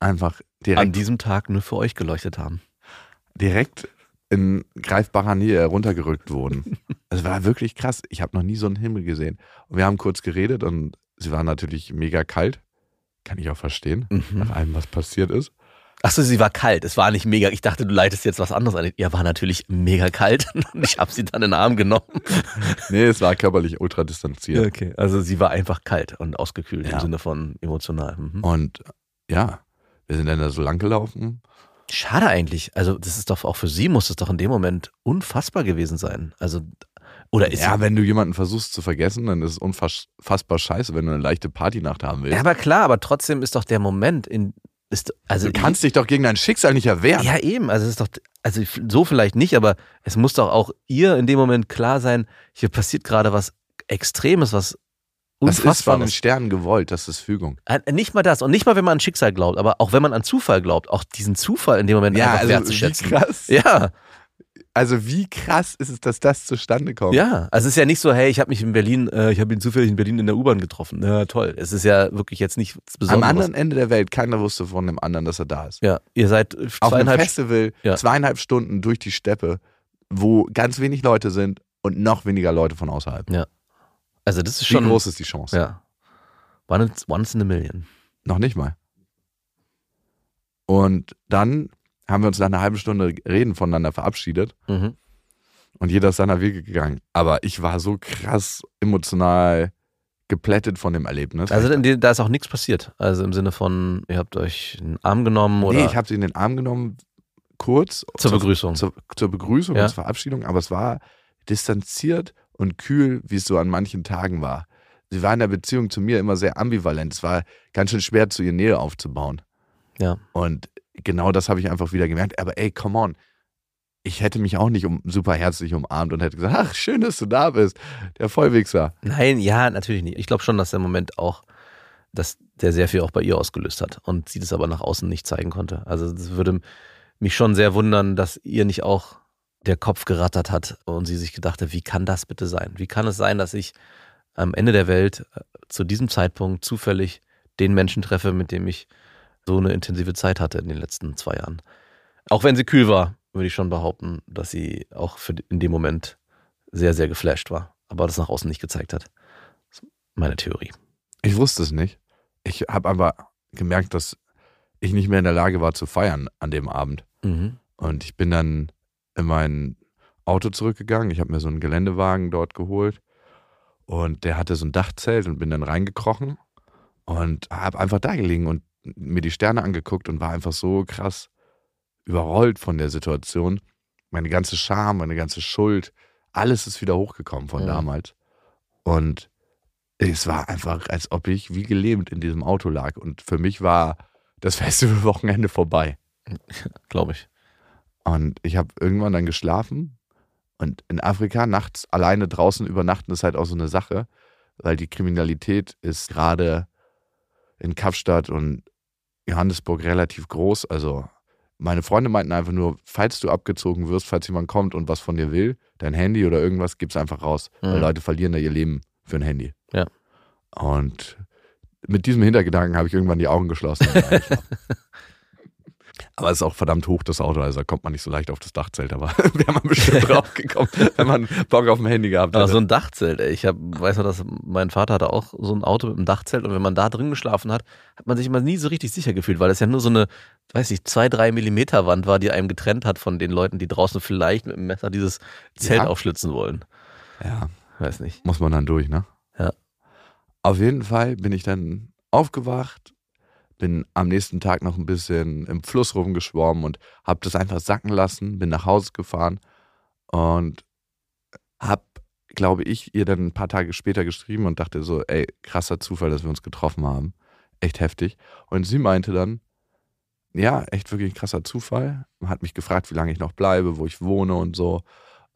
einfach
An
direkt,
diesem Tag nur für euch geleuchtet haben.
direkt in greifbarer Nähe runtergerückt wurden. Es war wirklich krass. Ich habe noch nie so einen Himmel gesehen. Und wir haben kurz geredet und sie war natürlich mega kalt. Kann ich auch verstehen, nach
Mhm.
allem, was passiert ist.
Achso, sie war kalt. Es war nicht mega. Ich dachte, du leitest jetzt was anderes ein. Ja, war natürlich mega kalt. *laughs* Und ich habe sie dann in den Arm genommen.
Nee, es war körperlich ultra distanziert.
Okay. Also sie war einfach kalt und ausgekühlt
Ja.
im Sinne von emotional. Mhm.
Und ja, wir sind dann da so lang gelaufen.
Schade eigentlich. Also, das ist doch auch für sie muss es doch in dem Moment unfassbar gewesen sein. Also, oder ist
Ja, wenn du jemanden versuchst zu vergessen, dann ist es unfassbar scheiße, wenn du eine leichte Partynacht haben willst.
Ja, aber klar, aber trotzdem ist doch der Moment in ist also
du kannst dich doch gegen dein Schicksal nicht erwehren.
ja eben, also es ist doch also f- so vielleicht nicht, aber es muss doch auch ihr in dem Moment klar sein, hier passiert gerade was extremes, was
das ist von den
unfassbares.
Sternen gewollt, das ist Fügung.
Äh, Nicht mal das und nicht mal wenn man an Schicksal glaubt, aber auch wenn man an Zufall glaubt, auch diesen Zufall in dem Moment einfach
also, wie
wertzuschätzen.
krass.
Ja,
Also wie krass ist es, dass das zustande kommt?
ja. Also es ist ja nicht so, hey, ich habe mich in Berlin, äh, ich habe ihn zufällig in Berlin in der U-Bahn getroffen. Na toll. Es ist ja wirklich jetzt nicht
Am
besonders.
anderen Ende der Welt, keiner wusste von dem anderen, dass er da ist.
Ja, ihr seid
Auf einem
zweieinhalb
Festival,
Ja.
zweieinhalb Stunden durch die Steppe, wo ganz wenig Leute sind und noch weniger Leute von außerhalb.
Also das ist
Wie
schon
groß ist die Chance?
Ja. Once, once in a million.
Noch nicht mal. Und dann haben wir uns nach einer halben Stunde Reden voneinander verabschiedet
Mhm.
und jeder ist seiner Wege gegangen. Aber ich war so krass emotional geplättet von dem Erlebnis.
Also in dem- da ist auch nichts passiert. Also im Sinne von, ihr habt euch einen Arm genommen oder
nee, ich habe sie in den Arm genommen, kurz
zur Begrüßung.
zur, zur Begrüßung
Ja.
und zur Verabschiedung, aber es war distanziert und kühl, wie es so an manchen Tagen war. Sie war in der Beziehung zu mir immer sehr ambivalent. Es war ganz schön schwer, zu ihr Nähe aufzubauen.
Ja.
Und genau das habe ich einfach wieder gemerkt. Aber ey, come on. Ich hätte mich auch nicht um, super herzlich umarmt und hätte gesagt, ach, schön, dass du da bist, der Vollwichser.
Nein, ja, natürlich nicht. Ich glaube schon, dass der Moment auch, dass der sehr viel auch bei ihr ausgelöst hat und sie das aber nach außen nicht zeigen konnte. Also das würde mich schon sehr wundern, dass ihr nicht auch der Kopf gerattert hat und sie sich gedacht hat, wie kann das bitte sein? Wie kann es sein, dass ich am Ende der Welt äh, zu diesem Zeitpunkt zufällig den Menschen treffe, mit dem ich so eine intensive Zeit hatte in den letzten zwei Jahren? Auch wenn sie kühl war, würde ich schon behaupten, dass sie auch für, in dem Moment sehr, sehr geflasht war, aber das nach außen nicht gezeigt hat. Das ist meine Theorie.
Ich wusste es nicht. Ich habe aber gemerkt, dass ich nicht mehr in der Lage war zu feiern an dem Abend.
Mhm.
Und ich bin dann in mein Auto zurückgegangen. Ich habe mir so einen Geländewagen dort geholt. Und der hatte so ein Dachzelt und bin dann reingekrochen und habe einfach da gelegen und mir die Sterne angeguckt und war einfach so krass überrollt von der Situation. Meine ganze Scham, meine ganze Schuld, alles ist wieder hochgekommen von
Mhm.
damals. Und es war einfach, als ob ich wie gelähmt in diesem Auto lag. Und für mich war das *laughs* Festivalwochenende vorbei.
Glaube ich.
Und ich habe irgendwann dann geschlafen. Und in Afrika nachts alleine draußen übernachten ist halt auch so eine Sache, weil die Kriminalität ist gerade in Kapstadt und Johannesburg relativ groß. Also meine Freunde meinten einfach nur, falls du abgezogen wirst, falls jemand kommt und was von dir will, dein Handy oder irgendwas, gib's einfach raus. Weil
Mhm.
Leute verlieren da ihr Leben für ein Handy.
Ja.
Und mit diesem Hintergedanken habe ich irgendwann die Augen
*laughs*
geschlossen. und bin eingeschlafen. aber es ist auch verdammt hoch, das Auto, also da kommt man nicht so leicht auf das Dachzelt, aber *laughs* wäre man bestimmt draufgekommen, wenn man Bock auf dem Handy gehabt hätte.
Aber so Also ein Dachzelt, ey. Ich hab, weiß noch, dass mein Vater hatte auch so ein Auto mit einem Dachzelt und wenn man da drin geschlafen hat, hat man sich immer nie so richtig sicher gefühlt, weil das ja nur so eine, weiß nicht, zwei, drei Millimeter Wand war, die einem getrennt hat von den Leuten, die draußen vielleicht mit dem Messer dieses Zelt
Ja.
aufschlitzen wollen.
ja,
Weiß nicht.
muss man dann durch, ne?
Ja.
Auf jeden Fall bin ich dann aufgewacht, bin am nächsten Tag noch ein bisschen im Fluss rumgeschwommen und habe das einfach sacken lassen, bin nach Hause gefahren und habe, glaube ich, ihr dann ein paar Tage später geschrieben und dachte so, ey, krasser Zufall, dass wir uns getroffen haben. Echt heftig. Und sie meinte dann, ja, echt wirklich ein krasser Zufall. Hat mich gefragt, wie lange ich noch bleibe, wo ich wohne und so.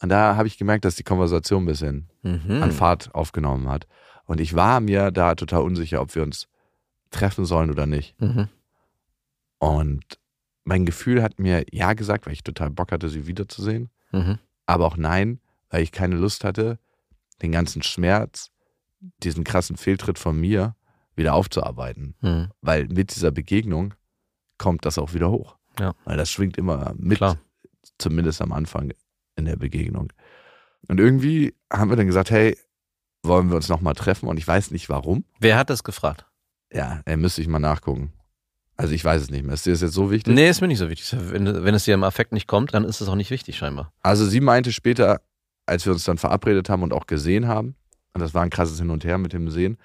Und da habe ich gemerkt, dass die Konversation ein bisschen
Mhm.
an Fahrt aufgenommen hat. Und ich war mir da total unsicher, ob wir uns treffen sollen oder nicht.
Mhm.
Und mein Gefühl hat mir ja gesagt, weil ich total Bock hatte, sie wiederzusehen.
Mhm.
Aber auch nein, weil ich keine Lust hatte, den ganzen Schmerz, diesen krassen Fehltritt von mir wieder aufzuarbeiten.
Mhm.
Weil mit dieser Begegnung kommt das auch wieder hoch.
Ja.
Weil das schwingt immer mit
Klar.
zumindest am Anfang in der Begegnung. Und irgendwie haben wir dann gesagt, hey, wollen wir uns nochmal treffen? Und ich weiß nicht warum.
Wer hat das gefragt?
Ja, ey, müsste ich mal nachgucken. Also ich weiß es nicht mehr. Ist dir das jetzt so wichtig?
Nee, ist mir nicht so wichtig. Wenn, wenn es dir im Affekt nicht kommt, dann ist es auch nicht wichtig scheinbar.
Also sie meinte später, als wir uns dann verabredet haben und auch gesehen haben, und das war ein krasses Hin und Her mit dem Sehen,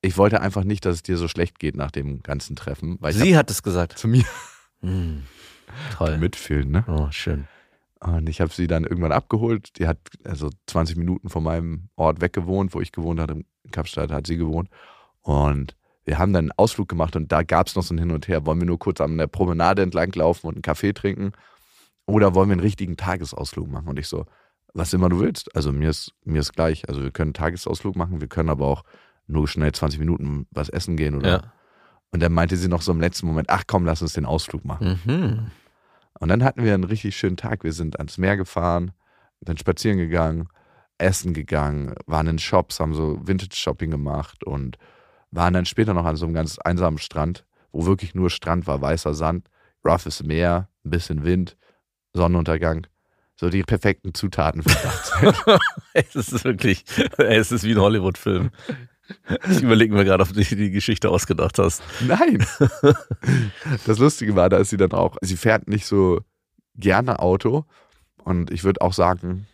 ich wollte einfach nicht, dass es dir so schlecht geht nach dem ganzen Treffen. Weil ich
Sie hat es gesagt.
hab zu mir
Hm, toll.
mitfühlen, ne?
Oh, schön.
Und ich habe sie dann irgendwann abgeholt. Die hat also 20 Minuten von meinem Ort weg gewohnt, wo ich gewohnt hatte. In Kapstadt hat sie gewohnt. Und wir haben dann einen Ausflug gemacht und da gab es noch so ein Hin und Her. Wollen wir nur kurz an der Promenade entlang laufen und einen Kaffee trinken? Oder wollen wir einen richtigen Tagesausflug machen? Und ich so, was immer du willst. Also mir ist, mir ist gleich. Also wir können einen Tagesausflug machen, wir können aber auch nur schnell 20 Minuten was essen gehen. Oder?
Ja.
Und dann meinte sie noch so im letzten Moment, ach komm, lass uns den Ausflug machen.
Mhm. *laughs*
Und dann hatten wir einen richtig schönen Tag. Wir sind ans Meer gefahren, dann spazieren gegangen, essen gegangen, waren in Shops, haben so Vintage-Shopping gemacht und waren dann später noch an so einem ganz einsamen Strand, wo wirklich nur Strand war, weißer Sand, roughes Meer, ein bisschen Wind, Sonnenuntergang. So die perfekten Zutaten für Nachtzeit.
Es ist wirklich, es ist wie ein Hollywood-Film. Ich überlege mir gerade, ob du dir die Geschichte ausgedacht hast.
Nein. *laughs* Das Lustige war, da ist sie dann auch, sie fährt nicht so gerne Auto und ich würde auch sagen,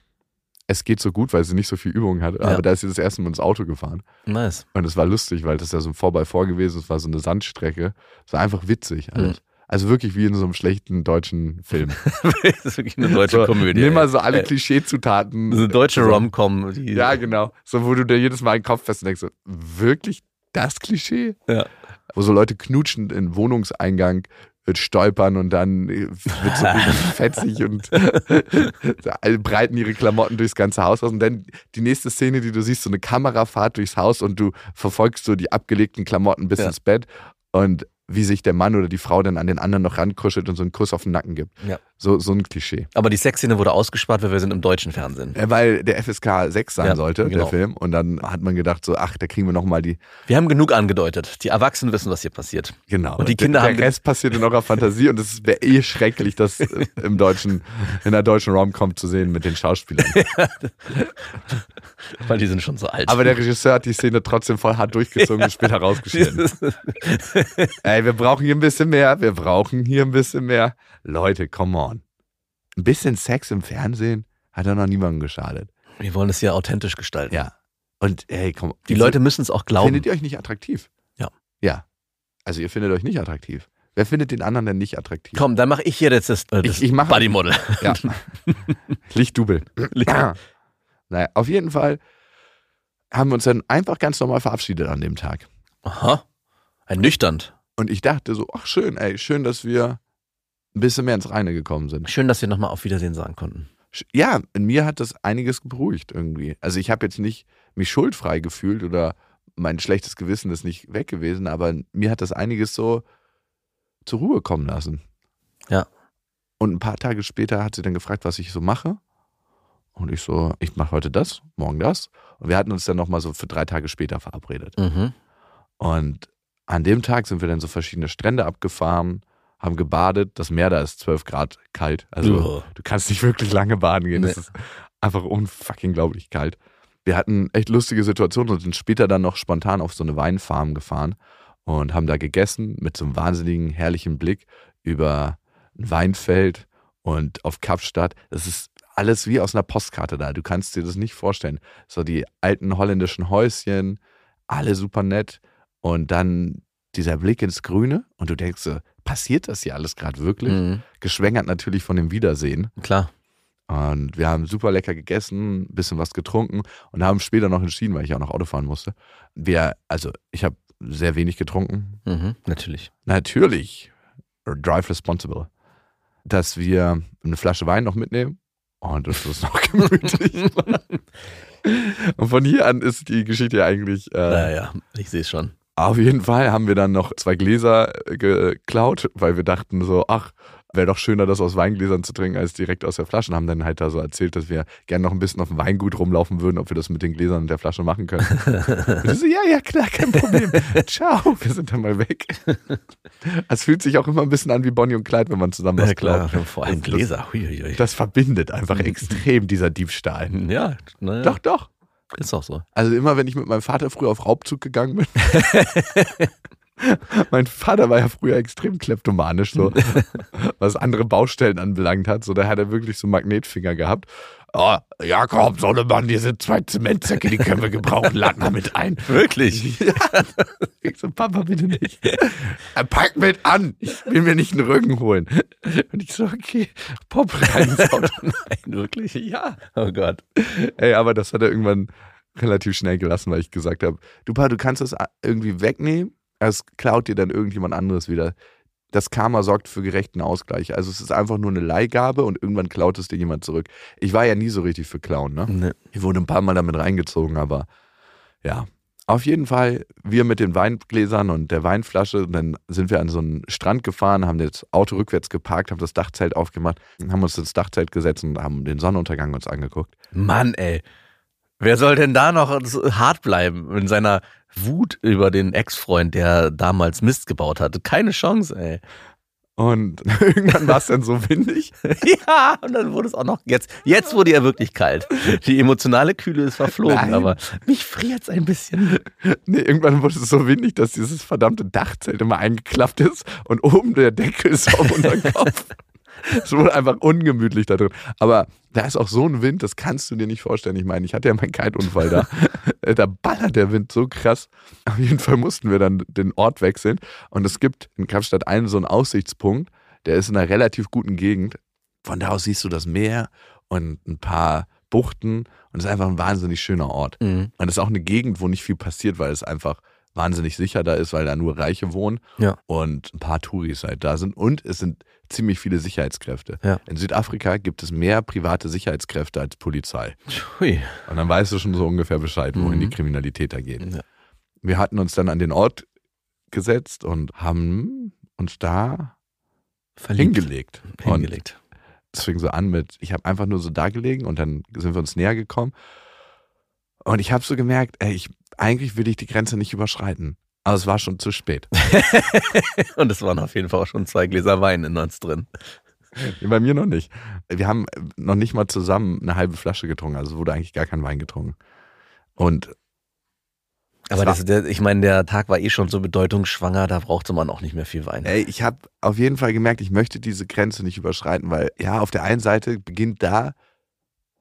es geht so gut, weil sie nicht so viel Übung hat.
Ja.
Aber da ist sie das erste Mal ins Auto gefahren
Nice. *laughs*
und es war lustig, weil das ist ja so ein Vorbei-Vor gewesen, es war so eine Sandstrecke. Es war einfach witzig
Mhm.
alles. Also wirklich wie in so einem schlechten deutschen Film.
das ist wirklich eine *laughs* deutsche
so,
Komödie.
Nimm mal
ey.
so alle
Ey,
Klischeezutaten.
So eine deutsche
zusammen.
Rom-Com. die-
Ja, genau. So, wo du dir jedes Mal einen Kopf fest denkst, so, wirklich das Klischee?
Ja.
Wo so Leute knutschend in den Wohnungseingang äh, stolpern und dann äh, wird so
*laughs*
richtig fetzig und *laughs* so alle breiten ihre Klamotten durchs ganze Haus aus. Und dann die nächste Szene, die du siehst, so eine Kamerafahrt durchs Haus und du verfolgst so die abgelegten Klamotten bis
Ja.
ins Bett und wie sich der Mann oder die Frau dann an den anderen noch rankuschelt und so einen Kuss auf den Nacken gibt.
Ja.
So, so ein Klischee.
Aber die Sexszene wurde ausgespart, weil wir sind im deutschen Fernsehen.
Äh, Weil der FSK 6 sein
Ja,
sollte, der
genau.
Film. Und dann hat man gedacht, so, ach, da kriegen wir nochmal die.
Wir haben genug angedeutet. Die Erwachsenen wissen, was hier passiert.
Genau.
Und die Kinder
der,
haben-
Der Rest passiert in eurer Fantasie und es wäre eh schrecklich, das äh, im deutschen, in der deutschen Rom-Com zu sehen mit den Schauspielern.
Weil die sind schon so alt.
Aber
*laughs*
der Regisseur hat die Szene trotzdem voll hart durchgezogen und später rausgeschnitten. Ey, wir brauchen hier ein bisschen mehr, wir brauchen hier ein bisschen mehr. Leute, come on. Ein bisschen Sex im Fernsehen hat doch noch niemandem geschadet.
wir wollen es hier authentisch gestalten.
Ja. Und ey, komm.
Die Leute müssen es auch glauben.
Findet ihr euch nicht attraktiv?
Ja.
Ja. Also ihr findet euch nicht attraktiv. Wer findet den anderen denn nicht attraktiv?
Komm, dann mache ich hier jetzt das, äh, das
Ich- ich mach- *laughs*
Bodymodel.
Ja. Lichtdubel.
Ja.
*clears throat* naja, auf jeden Fall haben wir uns dann einfach ganz normal verabschiedet an dem Tag.
Aha. Ernüchternd.
Und ich dachte so, ach schön, ey, schön, dass wir ein bisschen mehr ins Reine gekommen sind.
Schön, dass wir nochmal auf Wiedersehen sagen konnten.
Sch- Ja, in mir hat das einiges beruhigt irgendwie. Also ich habe jetzt nicht mich schuldfrei gefühlt oder mein schlechtes Gewissen ist nicht weg gewesen, aber mir hat das einiges so zur Ruhe kommen lassen.
Ja.
Und ein paar Tage später hat sie dann gefragt, was ich so mache. Und ich so, ich mache heute das, morgen das. Und wir hatten uns dann nochmal so für drei Tage später verabredet.
Mhm.
Und an dem Tag sind wir dann so verschiedene Strände abgefahren, haben gebadet. Das Meer da ist 12 Grad kalt. Also
Uah.
du kannst nicht wirklich lange baden gehen. Es
Nee.
ist einfach unfucking glaublich kalt. Wir hatten echt lustige Situationen und sind später dann noch spontan auf so eine Weinfarm gefahren und haben da gegessen mit so einem wahnsinnigen, herrlichen Blick über ein Weinfeld und auf Kapstadt. Das ist alles wie aus einer Postkarte da. Du kannst dir das nicht vorstellen. So die alten holländischen Häuschen, alle super nett und dann dieser Blick ins Grüne und du denkst so, passiert das hier alles gerade wirklich?
Mhm.
Geschwängert natürlich von dem Wiedersehen.
Klar.
Und wir haben super lecker gegessen, ein bisschen was getrunken und haben später noch entschieden, weil ich auch noch Auto fahren musste. Wir, also ich habe sehr wenig getrunken.
Mhm. Natürlich.
Natürlich, drive responsible, dass wir eine Flasche Wein noch mitnehmen und es ist noch *laughs* gemütlich. machen. und von hier an ist die Geschichte ja eigentlich äh,
Naja, ich sehe es schon.
auf jeden Fall haben wir dann noch zwei Gläser äh, geklaut, weil wir dachten so, ach, Wäre doch schöner, das aus Weingläsern zu trinken, als direkt aus der Flasche. Und haben dann halt da so erzählt, dass wir gerne noch ein bisschen auf dem Weingut rumlaufen würden, ob wir das mit den Gläsern und der Flasche machen
*laughs*
können. Und ich so, ja, ja, klar, kein Problem. Ciao, wir sind dann mal weg. Es fühlt sich auch immer ein bisschen an wie Bonnie und Clyde, wenn man zusammen was
Ja, klar,
klaut.
vor allem
Das-
Gläser. Huiuiui.
Das verbindet einfach extrem, dieser Diebstahl.
ja, naja,
Doch, doch.
ist auch so.
Also immer, wenn ich mit meinem Vater früher auf Raubzug gegangen bin. *laughs* mein Vater war ja früher extrem kleptomanisch, so, was andere Baustellen anbelangt hat. So, da hat er wirklich so Magnetfinger gehabt. Oh, Jakob, Sonnemann, hier sind zwei Zementsäcke, die können wir gebrauchen. Lad mal mit ein.
*laughs* Wirklich?
Ja. Ich so, Papa, bitte nicht. Er packt mit an. Ich will mir nicht einen Rücken holen. Und ich so, okay, Pop rein ins Auto.
Nein, wirklich? Ja. Oh Gott.
Ey, aber das hat er irgendwann relativ schnell gelassen, weil ich gesagt habe, du Pa, du kannst das a- irgendwie wegnehmen, es klaut dir dann irgendjemand anderes wieder. Das Karma sorgt für gerechten Ausgleich. Also es ist einfach nur eine Leihgabe und irgendwann klaut es dir jemand zurück. Ich war ja nie so richtig für Klauen, ne?
Nee.
Ich wurde ein paar Mal damit reingezogen, aber ja. Auf jeden Fall, wir mit den Weingläsern und der Weinflasche, und dann sind wir an so einen Strand gefahren, haben das Auto rückwärts geparkt, haben das Dachzelt aufgemacht, haben uns ins Dachzelt gesetzt und haben den Sonnenuntergang uns angeguckt.
Mann, ey. Wer soll denn da noch so hart bleiben in seiner Wut über den Ex-Freund, der damals Mist gebaut hatte? Keine Chance, ey.
Und *laughs* irgendwann war es dann so windig.
*laughs* Ja, und dann wurde es auch noch. Jetzt, jetzt wurde er wirklich kalt. Die emotionale Kühle ist verflogen,
Nein.
aber mich friert's ein bisschen.
Nee, irgendwann wurde es so windig, dass dieses verdammte Dachzelt immer eingeklappt ist und oben der Deckel ist auf unseren Kopf. Es wurde einfach ungemütlich da drin. Aber da ist auch so ein Wind, das kannst du dir nicht vorstellen. Ich meine, ich hatte ja meinen Kaltunfall da. Äh, da ballert der Wind so krass. Auf jeden Fall mussten wir dann den Ort wechseln. Und es gibt in Kapstadt einen so einen Aussichtspunkt, der ist in einer relativ guten Gegend. Von da aus siehst du das Meer und ein paar Buchten. Und es ist einfach ein wahnsinnig schöner Ort.
Mhm.
Und es ist auch eine Gegend, wo nicht viel passiert, weil es einfach wahnsinnig sicher da ist, weil da nur Reiche wohnen
Ja.
und ein paar Touris halt da sind. Und es sind ziemlich viele Sicherheitskräfte.
Ja.
In Südafrika gibt es mehr private Sicherheitskräfte als Polizei.
Hui.
Und dann weißt du schon so ungefähr Bescheid, wohin
Mhm.
die Kriminalität da geht.
Ja.
Wir hatten uns dann an den Ort gesetzt und haben uns da hingelegt. Und
Hingelegt.
es fing so an mit, ich habe einfach nur so da gelegen und dann sind wir uns näher gekommen. Und ich habe so gemerkt, ey, ich, eigentlich will ich die Grenze nicht überschreiten. Aber es war schon zu spät.
*laughs* Und es waren auf jeden Fall auch schon zwei Gläser Wein in uns drin.
Bei mir noch nicht. Wir haben noch nicht mal zusammen eine halbe Flasche getrunken. Also es wurde eigentlich gar kein Wein getrunken. Und
Aber
war-
das, der, ich meine, der Tag war eh schon so bedeutungsschwanger, da brauchte man auch nicht mehr viel Wein.
ey, ich habe auf jeden Fall gemerkt, ich möchte diese Grenze nicht überschreiten, weil ja, auf der einen Seite beginnt da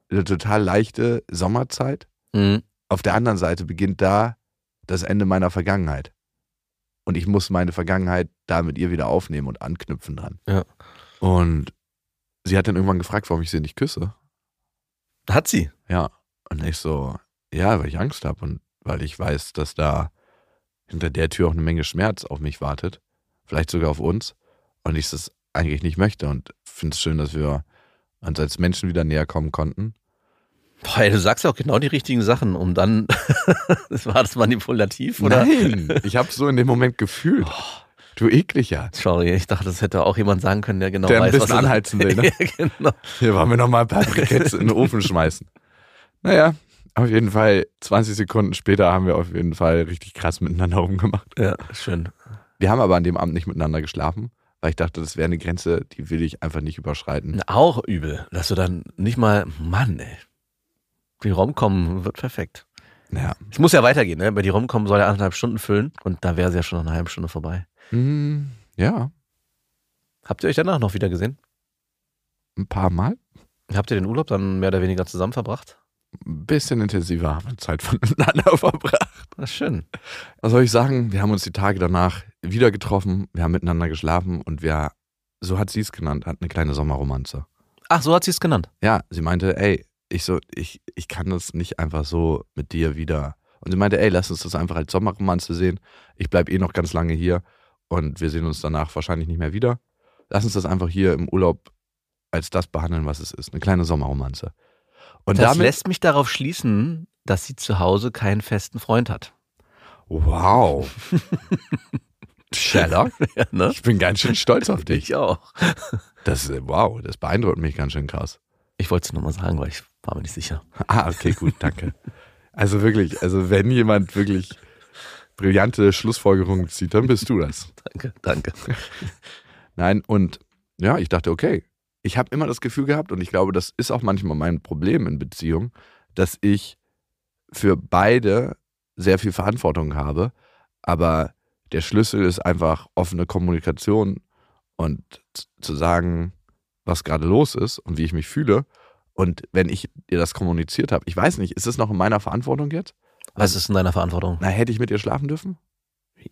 eine total leichte Sommerzeit.
Mhm.
auf der anderen Seite beginnt da das Ende meiner Vergangenheit. Und ich muss meine Vergangenheit da mit ihr wieder aufnehmen und anknüpfen dran.
Ja.
Und sie hat dann irgendwann gefragt, warum ich sie nicht küsse.
Hat sie.
Ja. Und ich so, ja, weil ich Angst habe und weil ich weiß, dass da hinter der Tür auch eine Menge Schmerz auf mich wartet. Vielleicht sogar auf uns. Und ich das eigentlich nicht möchte. Und finde es schön, dass wir uns als Menschen wieder näher kommen konnten.
Boah, ey, du sagst ja auch genau die richtigen Sachen, um dann. *laughs* war das manipulativ, oder?
Nein, *laughs* ich habe so in dem Moment
Oh.
gefühlt. Du ekliger.
Sorry, ich dachte, das hätte auch jemand sagen können, der genau
Der ein
weiß,
bisschen
was er-
anheizen will, ne?
*laughs* ja, genau.
Hier wollen wir nochmal ein paar Briketts in den Ofen schmeißen. Naja, auf jeden Fall, 20 Sekunden später haben wir auf jeden Fall richtig krass miteinander rumgemacht.
Ja, schön.
Wir haben aber an dem Abend nicht miteinander geschlafen, weil ich dachte, das wäre eine Grenze, die will ich einfach nicht überschreiten.
Auch übel, dass du dann nicht mal, Mann, ey. Die Romcom wird perfekt.
Naja.
Es muss ja weitergehen, ne? Bei die Romcom soll ja anderthalb Stunden füllen und da wäre es ja schon nach einer halben Stunde vorbei.
Hm, ja,
Habt ihr euch danach noch wieder gesehen?
ein paar Mal.
Habt ihr den Urlaub dann mehr oder weniger zusammen verbracht?
Ein bisschen intensiver haben wir Zeit voneinander *laughs* verbracht.
Na Ah, schön.
Was soll ich sagen? Wir haben uns die Tage danach wieder getroffen, wir haben miteinander geschlafen und wir, so hat sie es genannt, hat eine kleine Sommerromanze.
Ach, so hat sie es genannt.
Ja, sie meinte, ey, ich so, ich, ich kann das nicht einfach so mit dir wieder. Und sie meinte, ey, lass uns das einfach als Sommerromanze sehen. Ich bleib eh noch ganz lange hier und wir sehen uns danach wahrscheinlich nicht mehr wieder. Lass uns das einfach hier im Urlaub als das behandeln, was es ist. Eine kleine Sommerromanze. Und
das
damit.
lässt mich darauf schließen, dass sie zu Hause keinen festen Freund hat.
wow. Sherlock,
*laughs* Ja, ne?
ich bin ganz schön stolz auf dich.
Ich auch.
Das, äh, wow, das beeindruckt mich ganz schön krass.
Ich wollte es nochmal sagen, weil ich war mir nicht sicher.
Ah, okay, gut, danke. Also wirklich, also wenn jemand wirklich brillante Schlussfolgerungen zieht, dann bist du das.
Danke, danke.
Nein, und ja, ich dachte, okay, ich habe immer das Gefühl gehabt, und ich glaube, das ist auch manchmal mein Problem in Beziehungen, dass ich für beide sehr viel Verantwortung habe, aber der Schlüssel ist einfach offene Kommunikation und z- zu sagen, was gerade los ist und wie ich mich fühle. Und wenn ich ihr das kommuniziert habe, ich weiß nicht, ist es noch in meiner Verantwortung jetzt?
Was ist in deiner Verantwortung?
Na, hätte ich mit ihr schlafen dürfen?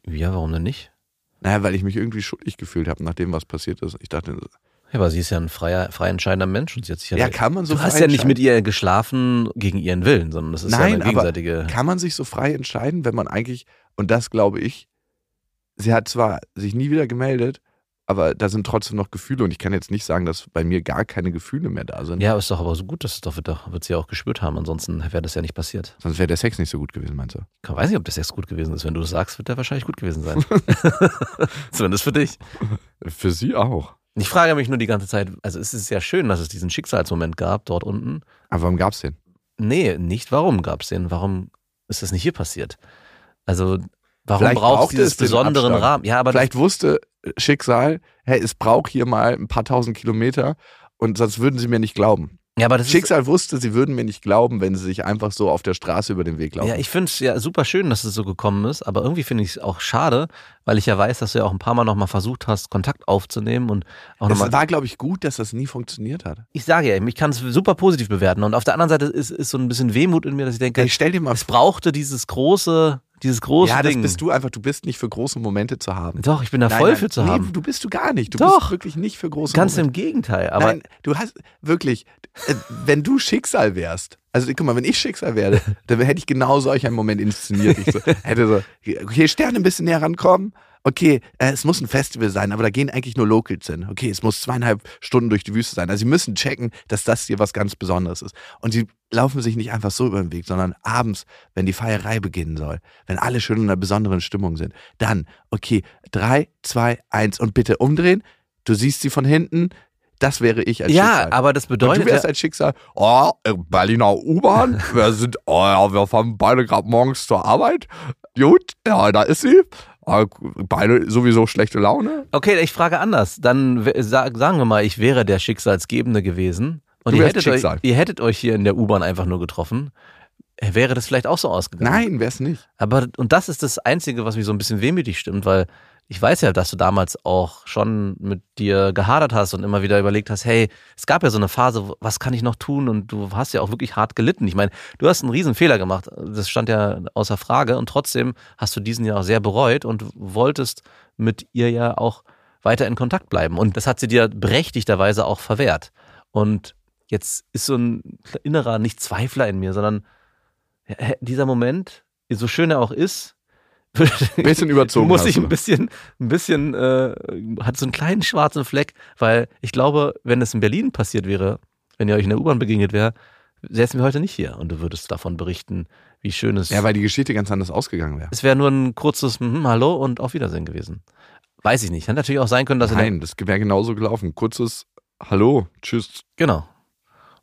Ja, warum denn nicht?
Naja, weil ich mich irgendwie schuldig gefühlt habe, nachdem was passiert ist. Ich dachte,
Ja, aber sie ist ja ein freier, frei entscheidender Mensch und sie hat sich ja.
ja, kann man so
du hast
frei
ja nicht mit
entscheiden?
ihr geschlafen gegen ihren Willen, sondern das ist ja
Nein,
eine
aber
gegenseitige.
Kann man sich so frei entscheiden, wenn man eigentlich, und das glaube ich, sie hat zwar sich nie wieder gemeldet, aber da sind trotzdem noch Gefühle und ich kann jetzt nicht sagen, dass bei mir gar keine Gefühle mehr da sind.
ja, ist doch aber so gut, dass es doch wird, doch- wird sie ja auch gespürt haben. Ansonsten wäre das ja nicht passiert.
Sonst wäre der Sex nicht so gut gewesen, meinst du?
Ich weiß nicht, ob das jetzt gut gewesen ist. Wenn du das sagst, wird der wahrscheinlich gut
*laughs*
gewesen sein. *laughs* Zumindest für dich.
Für sie auch.
Ich frage mich nur die ganze Zeit, also es ist ja schön, dass es diesen Schicksalsmoment gab dort unten.
Aber warum gab's den?
Nee, nicht warum gab es den? Warum ist das nicht hier passiert? Also, warum
Vielleicht
braucht es
brauchte
dieses
es den
besonderen
Abstand.
Rahmen? Ja, aber das-
Vielleicht wusste äh, Schicksal, hey, es braucht hier mal ein paar tausend Kilometer und sonst würden sie mir nicht glauben.
ja, aber das ist,
Schicksal wusste, sie würden mir nicht glauben, wenn sie sich einfach so auf der Straße über den Weg laufen.
Ja, ich finde es ja super schön, dass es so gekommen ist, aber irgendwie finde ich es auch schade, weil ich ja weiß, dass du ja auch ein paar Mal nochmal versucht hast, Kontakt aufzunehmen und auch
es
nochmal.
war, glaube ich, gut, dass das nie funktioniert hat.
Ich sage ja, eben, ich kann es super positiv bewerten. Und auf der anderen Seite ist, ist so ein bisschen Wehmut in mir, dass ich denke,
Ich stell dir mal
es brauchte dieses große, dieses große
Ja, das
Ding.
bist du einfach. Du bist nicht für große Momente zu haben.
Doch, ich bin da
Nein,
voll
nein,
für zu
nee,
haben.
du bist du gar nicht. Du
Doch.
bist wirklich nicht für große
Ganz
Momente.
im Gegenteil. Aber
nein, du hast wirklich, äh, wenn du Schicksal wärst, also guck mal, wenn ich Schicksal wäre, dann hätte ich genau solch einen Moment inszeniert. Ich so, hätte so, okay, Sterne ein bisschen näher rankommen. Okay, äh, es muss ein Festival sein, aber da gehen eigentlich nur Locals hin. Okay, es muss zweieinhalb Stunden durch die Wüste sein. Also sie müssen checken, dass das hier was ganz Besonderes ist. Und sie laufen sich nicht einfach so über den Weg, sondern abends, wenn die Feierei beginnen soll, wenn alle schön in einer besonderen Stimmung sind, dann, okay, drei, zwei, eins und bitte umdrehen. Du siehst sie von hinten. Das wäre ich als
ja,
Schicksal.
aber das
Und
bedeutet.
du wärst
ja-
ein Schicksal, oh, äh, Berliner *laughs* U-Bahn, wir sind, oh ja, wir fahren beide gerade morgens zur Arbeit. Gut, ja, da ist sie. Äh, Beide sowieso schlechte Laune.
Okay, ich frage anders. Dann w- sag, sagen wir mal, ich wäre der Schicksalsgebende gewesen. Und
Du
ihr
wärst
hättet, euch,
Schicksal.
ihr hättet euch hier in der U-Bahn einfach nur getroffen. Äh, Wäre das vielleicht auch so ausgegangen?
Nein, wär's *laughs* nicht.
Aber, und das ist das Einzige, was mich so ein bisschen wehmütig stimmt, weil ich weiß ja, dass du damals auch schon mit dir gehadert hast und immer wieder überlegt hast, hey, es gab ja so eine Phase, wo- was kann ich noch tun? Und du hast ja auch wirklich hart gelitten. Ich meine, du hast einen riesen Fehler gemacht. Das stand ja außer Frage. Und trotzdem hast du diesen ja auch sehr bereut und wolltest mit ihr ja auch weiter in Kontakt bleiben. Und das hat sie dir berechtigterweise auch verwehrt. Und jetzt ist so ein innerer, nicht Zweifler in mir, sondern hä- dieser Moment, so schön er auch ist, *laughs*
Bisschen überzogen.
muss
hast
ich
du.
ein bisschen, ein bisschen, äh, hat so einen kleinen schwarzen Fleck, weil ich glaube, wenn es in Berlin passiert wäre, wenn ihr euch in der U-Bahn begegnet wäre, säßen wir heute nicht hier und du würdest davon berichten, wie schön es
ja, weil die Geschichte ganz anders ausgegangen wäre.
Es wäre nur ein kurzes hm, Hallo und auf Wiedersehen gewesen. Weiß ich nicht. Hätte natürlich auch sein können, dass in der-
Nein, das wäre genauso gelaufen. Kurzes Hallo, tschüss.
Genau.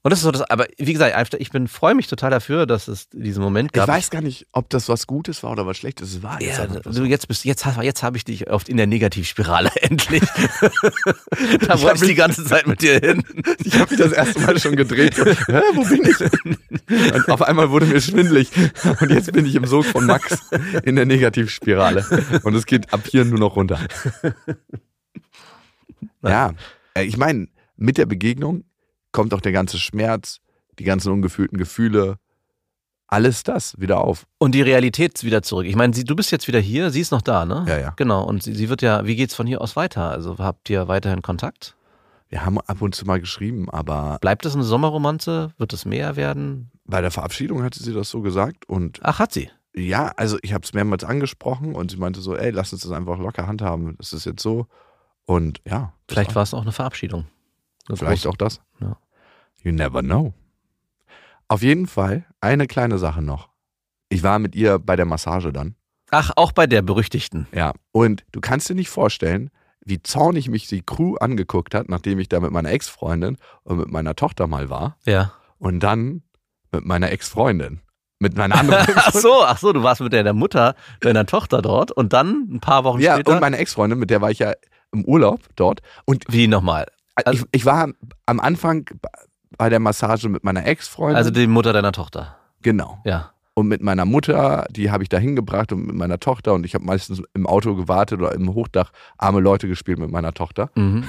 Und das ist so das, aber wie gesagt, einfach- ich bin, freue mich total dafür, dass es diesen Moment
Ich
gab.
weiß gar nicht, ob das was Gutes war oder was Schlechtes. Es war jetzt
ja,
einfach was.
du jetzt bist jetzt hab- jetzt habe ich dich oft in der Negativspirale *laughs* endlich. da
hab
wollte ich die ganze Zeit mit dir hin.
Ich habe mich das erste Mal schon gedreht. Hä, wo bin ich? Und auf einmal wurde mir schwindelig. Und jetzt bin ich im Sog von Max in der Negativspirale. Und es geht ab hier nur noch runter. Ja, äh, ich meine, mit der Begegnung kommt auch der ganze Schmerz, die ganzen ungefühlten Gefühle, alles das wieder auf.
Und die Realität wieder zurück. Ich meine, sie, du bist jetzt wieder hier, sie ist noch da, ne?
Ja, ja.
Genau. Und sie, sie wird ja, wie geht's von hier aus weiter? Also habt ihr weiterhin Kontakt?
Wir haben ab und zu mal geschrieben, aber
Bleibt es eine Sommerromanze? Wird es mehr werden?
bei der Verabschiedung hatte sie das so gesagt und
Ach, hat sie.
ja, also ich habe es mehrmals angesprochen und sie meinte so, ey, lass uns das einfach locker handhaben. Das ist jetzt so. Und ja, das
Vielleicht war es auch eine Verabschiedung. Eine
vielleicht
große-
auch das.
Ja.
You never know. Auf jeden Fall eine kleine Sache noch. Ich war mit ihr bei der Massage dann.
Ach, auch bei der berüchtigten.
Ja. Und du kannst dir nicht vorstellen, wie zornig mich die Crew angeguckt hat, nachdem ich da mit meiner Ex-Freundin und mit meiner Tochter mal war
Ja.
und dann mit meiner Ex-Freundin. Mit
*laughs*
meiner anderen
Ach
Ex-Freundin.
so, ach so, du warst mit der, der Mutter deiner Tochter dort und dann ein paar Wochen
Ja,
später.
und meine Ex-Freundin, mit der war ich ja im Urlaub dort. Und
wie nochmal? Also
ich, ich war am Anfang bei der Massage mit meiner Ex-Freundin.
Also die Mutter deiner Tochter.
genau.
Ja.
Und mit meiner Mutter, die habe ich da hingebracht und mit meiner Tochter. Und ich habe meistens im Auto gewartet oder im Hochdach arme Leute gespielt mit meiner Tochter. *laughs*
Mhm.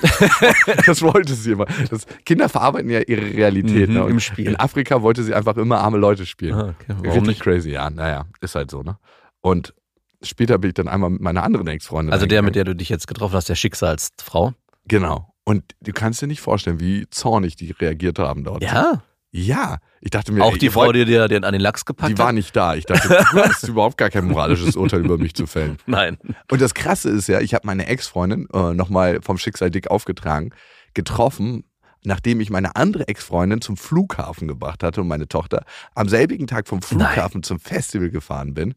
Das wollte sie immer. Das, Kinder verarbeiten ja ihre Realität.
Mhm,
ne? Und
im Spiel.
In Afrika wollte sie einfach immer arme Leute spielen.
Ah, *laughs* Okay, warum
Richtig
nicht?
crazy, ja. Naja, ist halt so, ne? Und später bin ich dann einmal mit meiner anderen Ex-Freundin.
Also der, mit
reingegangen.
der du dich jetzt getroffen hast, der Schicksalsfrau.
Genau. Und du kannst dir nicht vorstellen, wie zornig die reagiert haben dort.
Ja.
Ja. Ich dachte mir,
Auch
ey,
die
ihr
Frau,
wollt-
die dir den an den Lachs gepackt
die war
hat?
nicht da. Ich dachte, du hast überhaupt gar kein moralisches Urteil über mich zu fällen.
Nein.
Und das Krasse ist ja, ich habe meine Ex-Freundin äh, nochmal vom Schicksal dick aufgetragen, getroffen, nachdem ich meine andere Ex-Freundin zum Flughafen gebracht hatte und meine Tochter am selbigen Tag vom Flughafen zum Festival gefahren bin,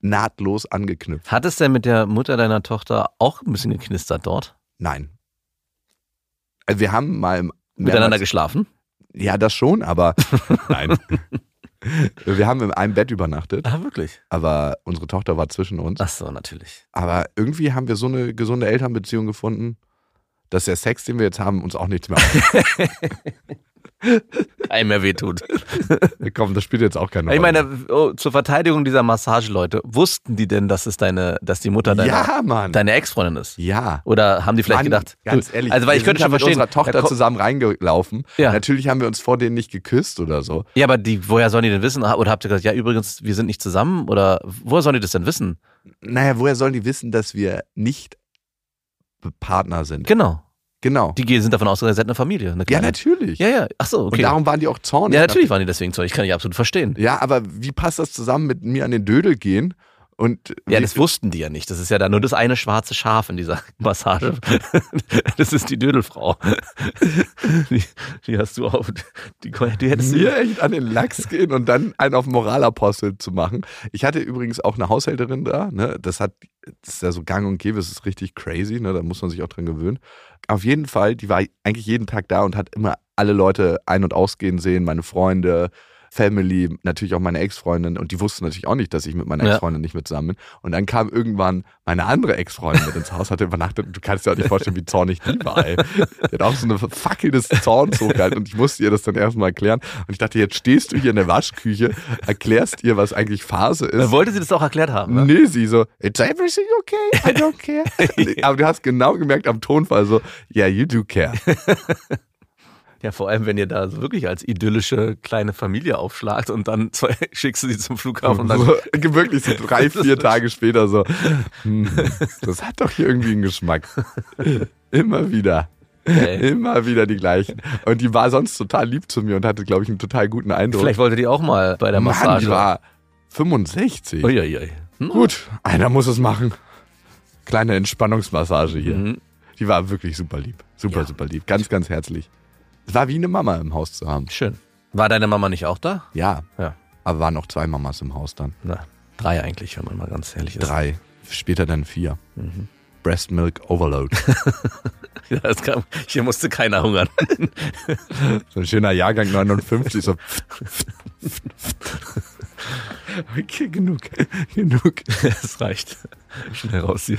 nahtlos angeknüpft.
Hat es denn mit der Mutter deiner Tochter auch ein bisschen geknistert dort?
Nein. Also wir haben mal im
Miteinander geschlafen?
Ja, das schon, aber *laughs* nein. Wir haben in einem Bett übernachtet,
Ah, wirklich?
aber unsere Tochter war zwischen uns.
Ach so, natürlich.
Aber irgendwie haben wir so eine gesunde Elternbeziehung gefunden, dass der Sex, den wir jetzt haben, uns auch nichts
*laughs*
mehr ausmacht.
Einem mehr wehtut.
Komm, das spielt jetzt auch keine Rolle.
Ich meine, oh, zur Verteidigung dieser Massageleute, wussten die denn, dass es deine, dass die Mutter deiner,
ja, Mann.
deine Ex-Freundin ist?
ja.
Oder haben die vielleicht
Mann,
gedacht,
ganz
du-
ehrlich,
also weil ich
wir
könnte
sind
schon
schon mit
verstehen,
unserer
da
Tochter
ko-
zusammen reingelaufen.
Ja.
Natürlich haben wir uns vor denen nicht geküsst oder so.
Ja, aber die, woher sollen die denn wissen? Ah, Oder habt ihr gesagt, ja, übrigens, wir sind nicht zusammen? Oder woher sollen die das denn wissen?
Naja, woher sollen die wissen, dass wir nicht Partner sind?
Genau.
Genau.
Die gehen- sind davon ausgegangen, ihr seid eine Familie. Eine
ja,
kleine.
natürlich.
Ja, ja. Ach so, okay.
Und darum waren die auch zornig.
ja, natürlich waren die deswegen zu. Ich kann dich absolut verstehen.
Ja, aber wie passt das zusammen mit mir an den Dödel gehen? Und
Ja, das wussten die ja nicht. Das ist ja da nur das eine schwarze Schaf in dieser *laughs* Massage. Das ist die Dödelfrau. *laughs* Die, die hast du auch. Die, die hättest du.
mir echt an den Lachs gehen und dann einen auf Moralapostel zu machen. Ich hatte übrigens auch eine Haushälterin da, ne? Das hat das ist ja so gang und gäbe, das ist richtig crazy, ne? Da muss man sich auch dran gewöhnen. Auf jeden Fall, die war eigentlich jeden Tag da und hat immer alle Leute ein- und ausgehen sehen, meine Freunde, Family, natürlich auch meine Ex-Freundin und die wussten natürlich auch nicht, dass ich mit meiner
Ja.
Ex-Freundin nicht mit zusammen bin. Und dann kam irgendwann meine andere Ex-Freundin mit ins Haus, hatte übernachtet und du kannst dir auch nicht vorstellen, wie zornig die war, ey. Die hat auch so eine Fackel des Zorns hochgehalten und ich musste ihr das dann erstmal erklären. Und ich dachte, jetzt stehst du hier in der Waschküche, erklärst ihr, was eigentlich Phase ist.
Wollte sie das auch erklärt haben? Äh, Ne?
Nee, sie so, it's everything okay, I don't care. Aber du hast genau gemerkt am Tonfall so, yeah, you do care.
Ja, vor allem, wenn ihr da so wirklich als idyllische kleine Familie aufschlagt und dann zwei, *laughs* schickst du sie zum Flughafen und dann.
so,
*laughs*
*laughs* wirklich so drei, vier Tage später so, hm, das hat doch hier irgendwie einen
*laughs*
Geschmack. Immer wieder.
Ey.
Immer wieder die gleichen. Und die war sonst total lieb zu mir und hatte, glaube ich, einen total guten Eindruck.
Vielleicht wollte die auch mal bei der
Mann, die
Massage.
war 65.
Uiuiui. Hm?
Gut, einer muss es machen. Kleine Entspannungsmassage hier.
Mhm.
Die war wirklich super lieb. Super,
Ja.
super lieb. Ganz, ganz herzlich. Es war wie eine Mama im Haus zu haben.
Schön. War deine Mama nicht auch da?
Ja,
Ja.
aber waren noch zwei Mamas im Haus dann.
Na, drei eigentlich, wenn man mal ganz ehrlich *laughs* ist.
Drei. Später dann vier. Breast Milk Overload. *laughs*
Ja, es kam, hier musste keiner *laughs* hungern.
So ein schöner Jahrgang 59. So. *laughs* okay, genug. *laughs* Genug.
Es reicht. Schnell raus hier.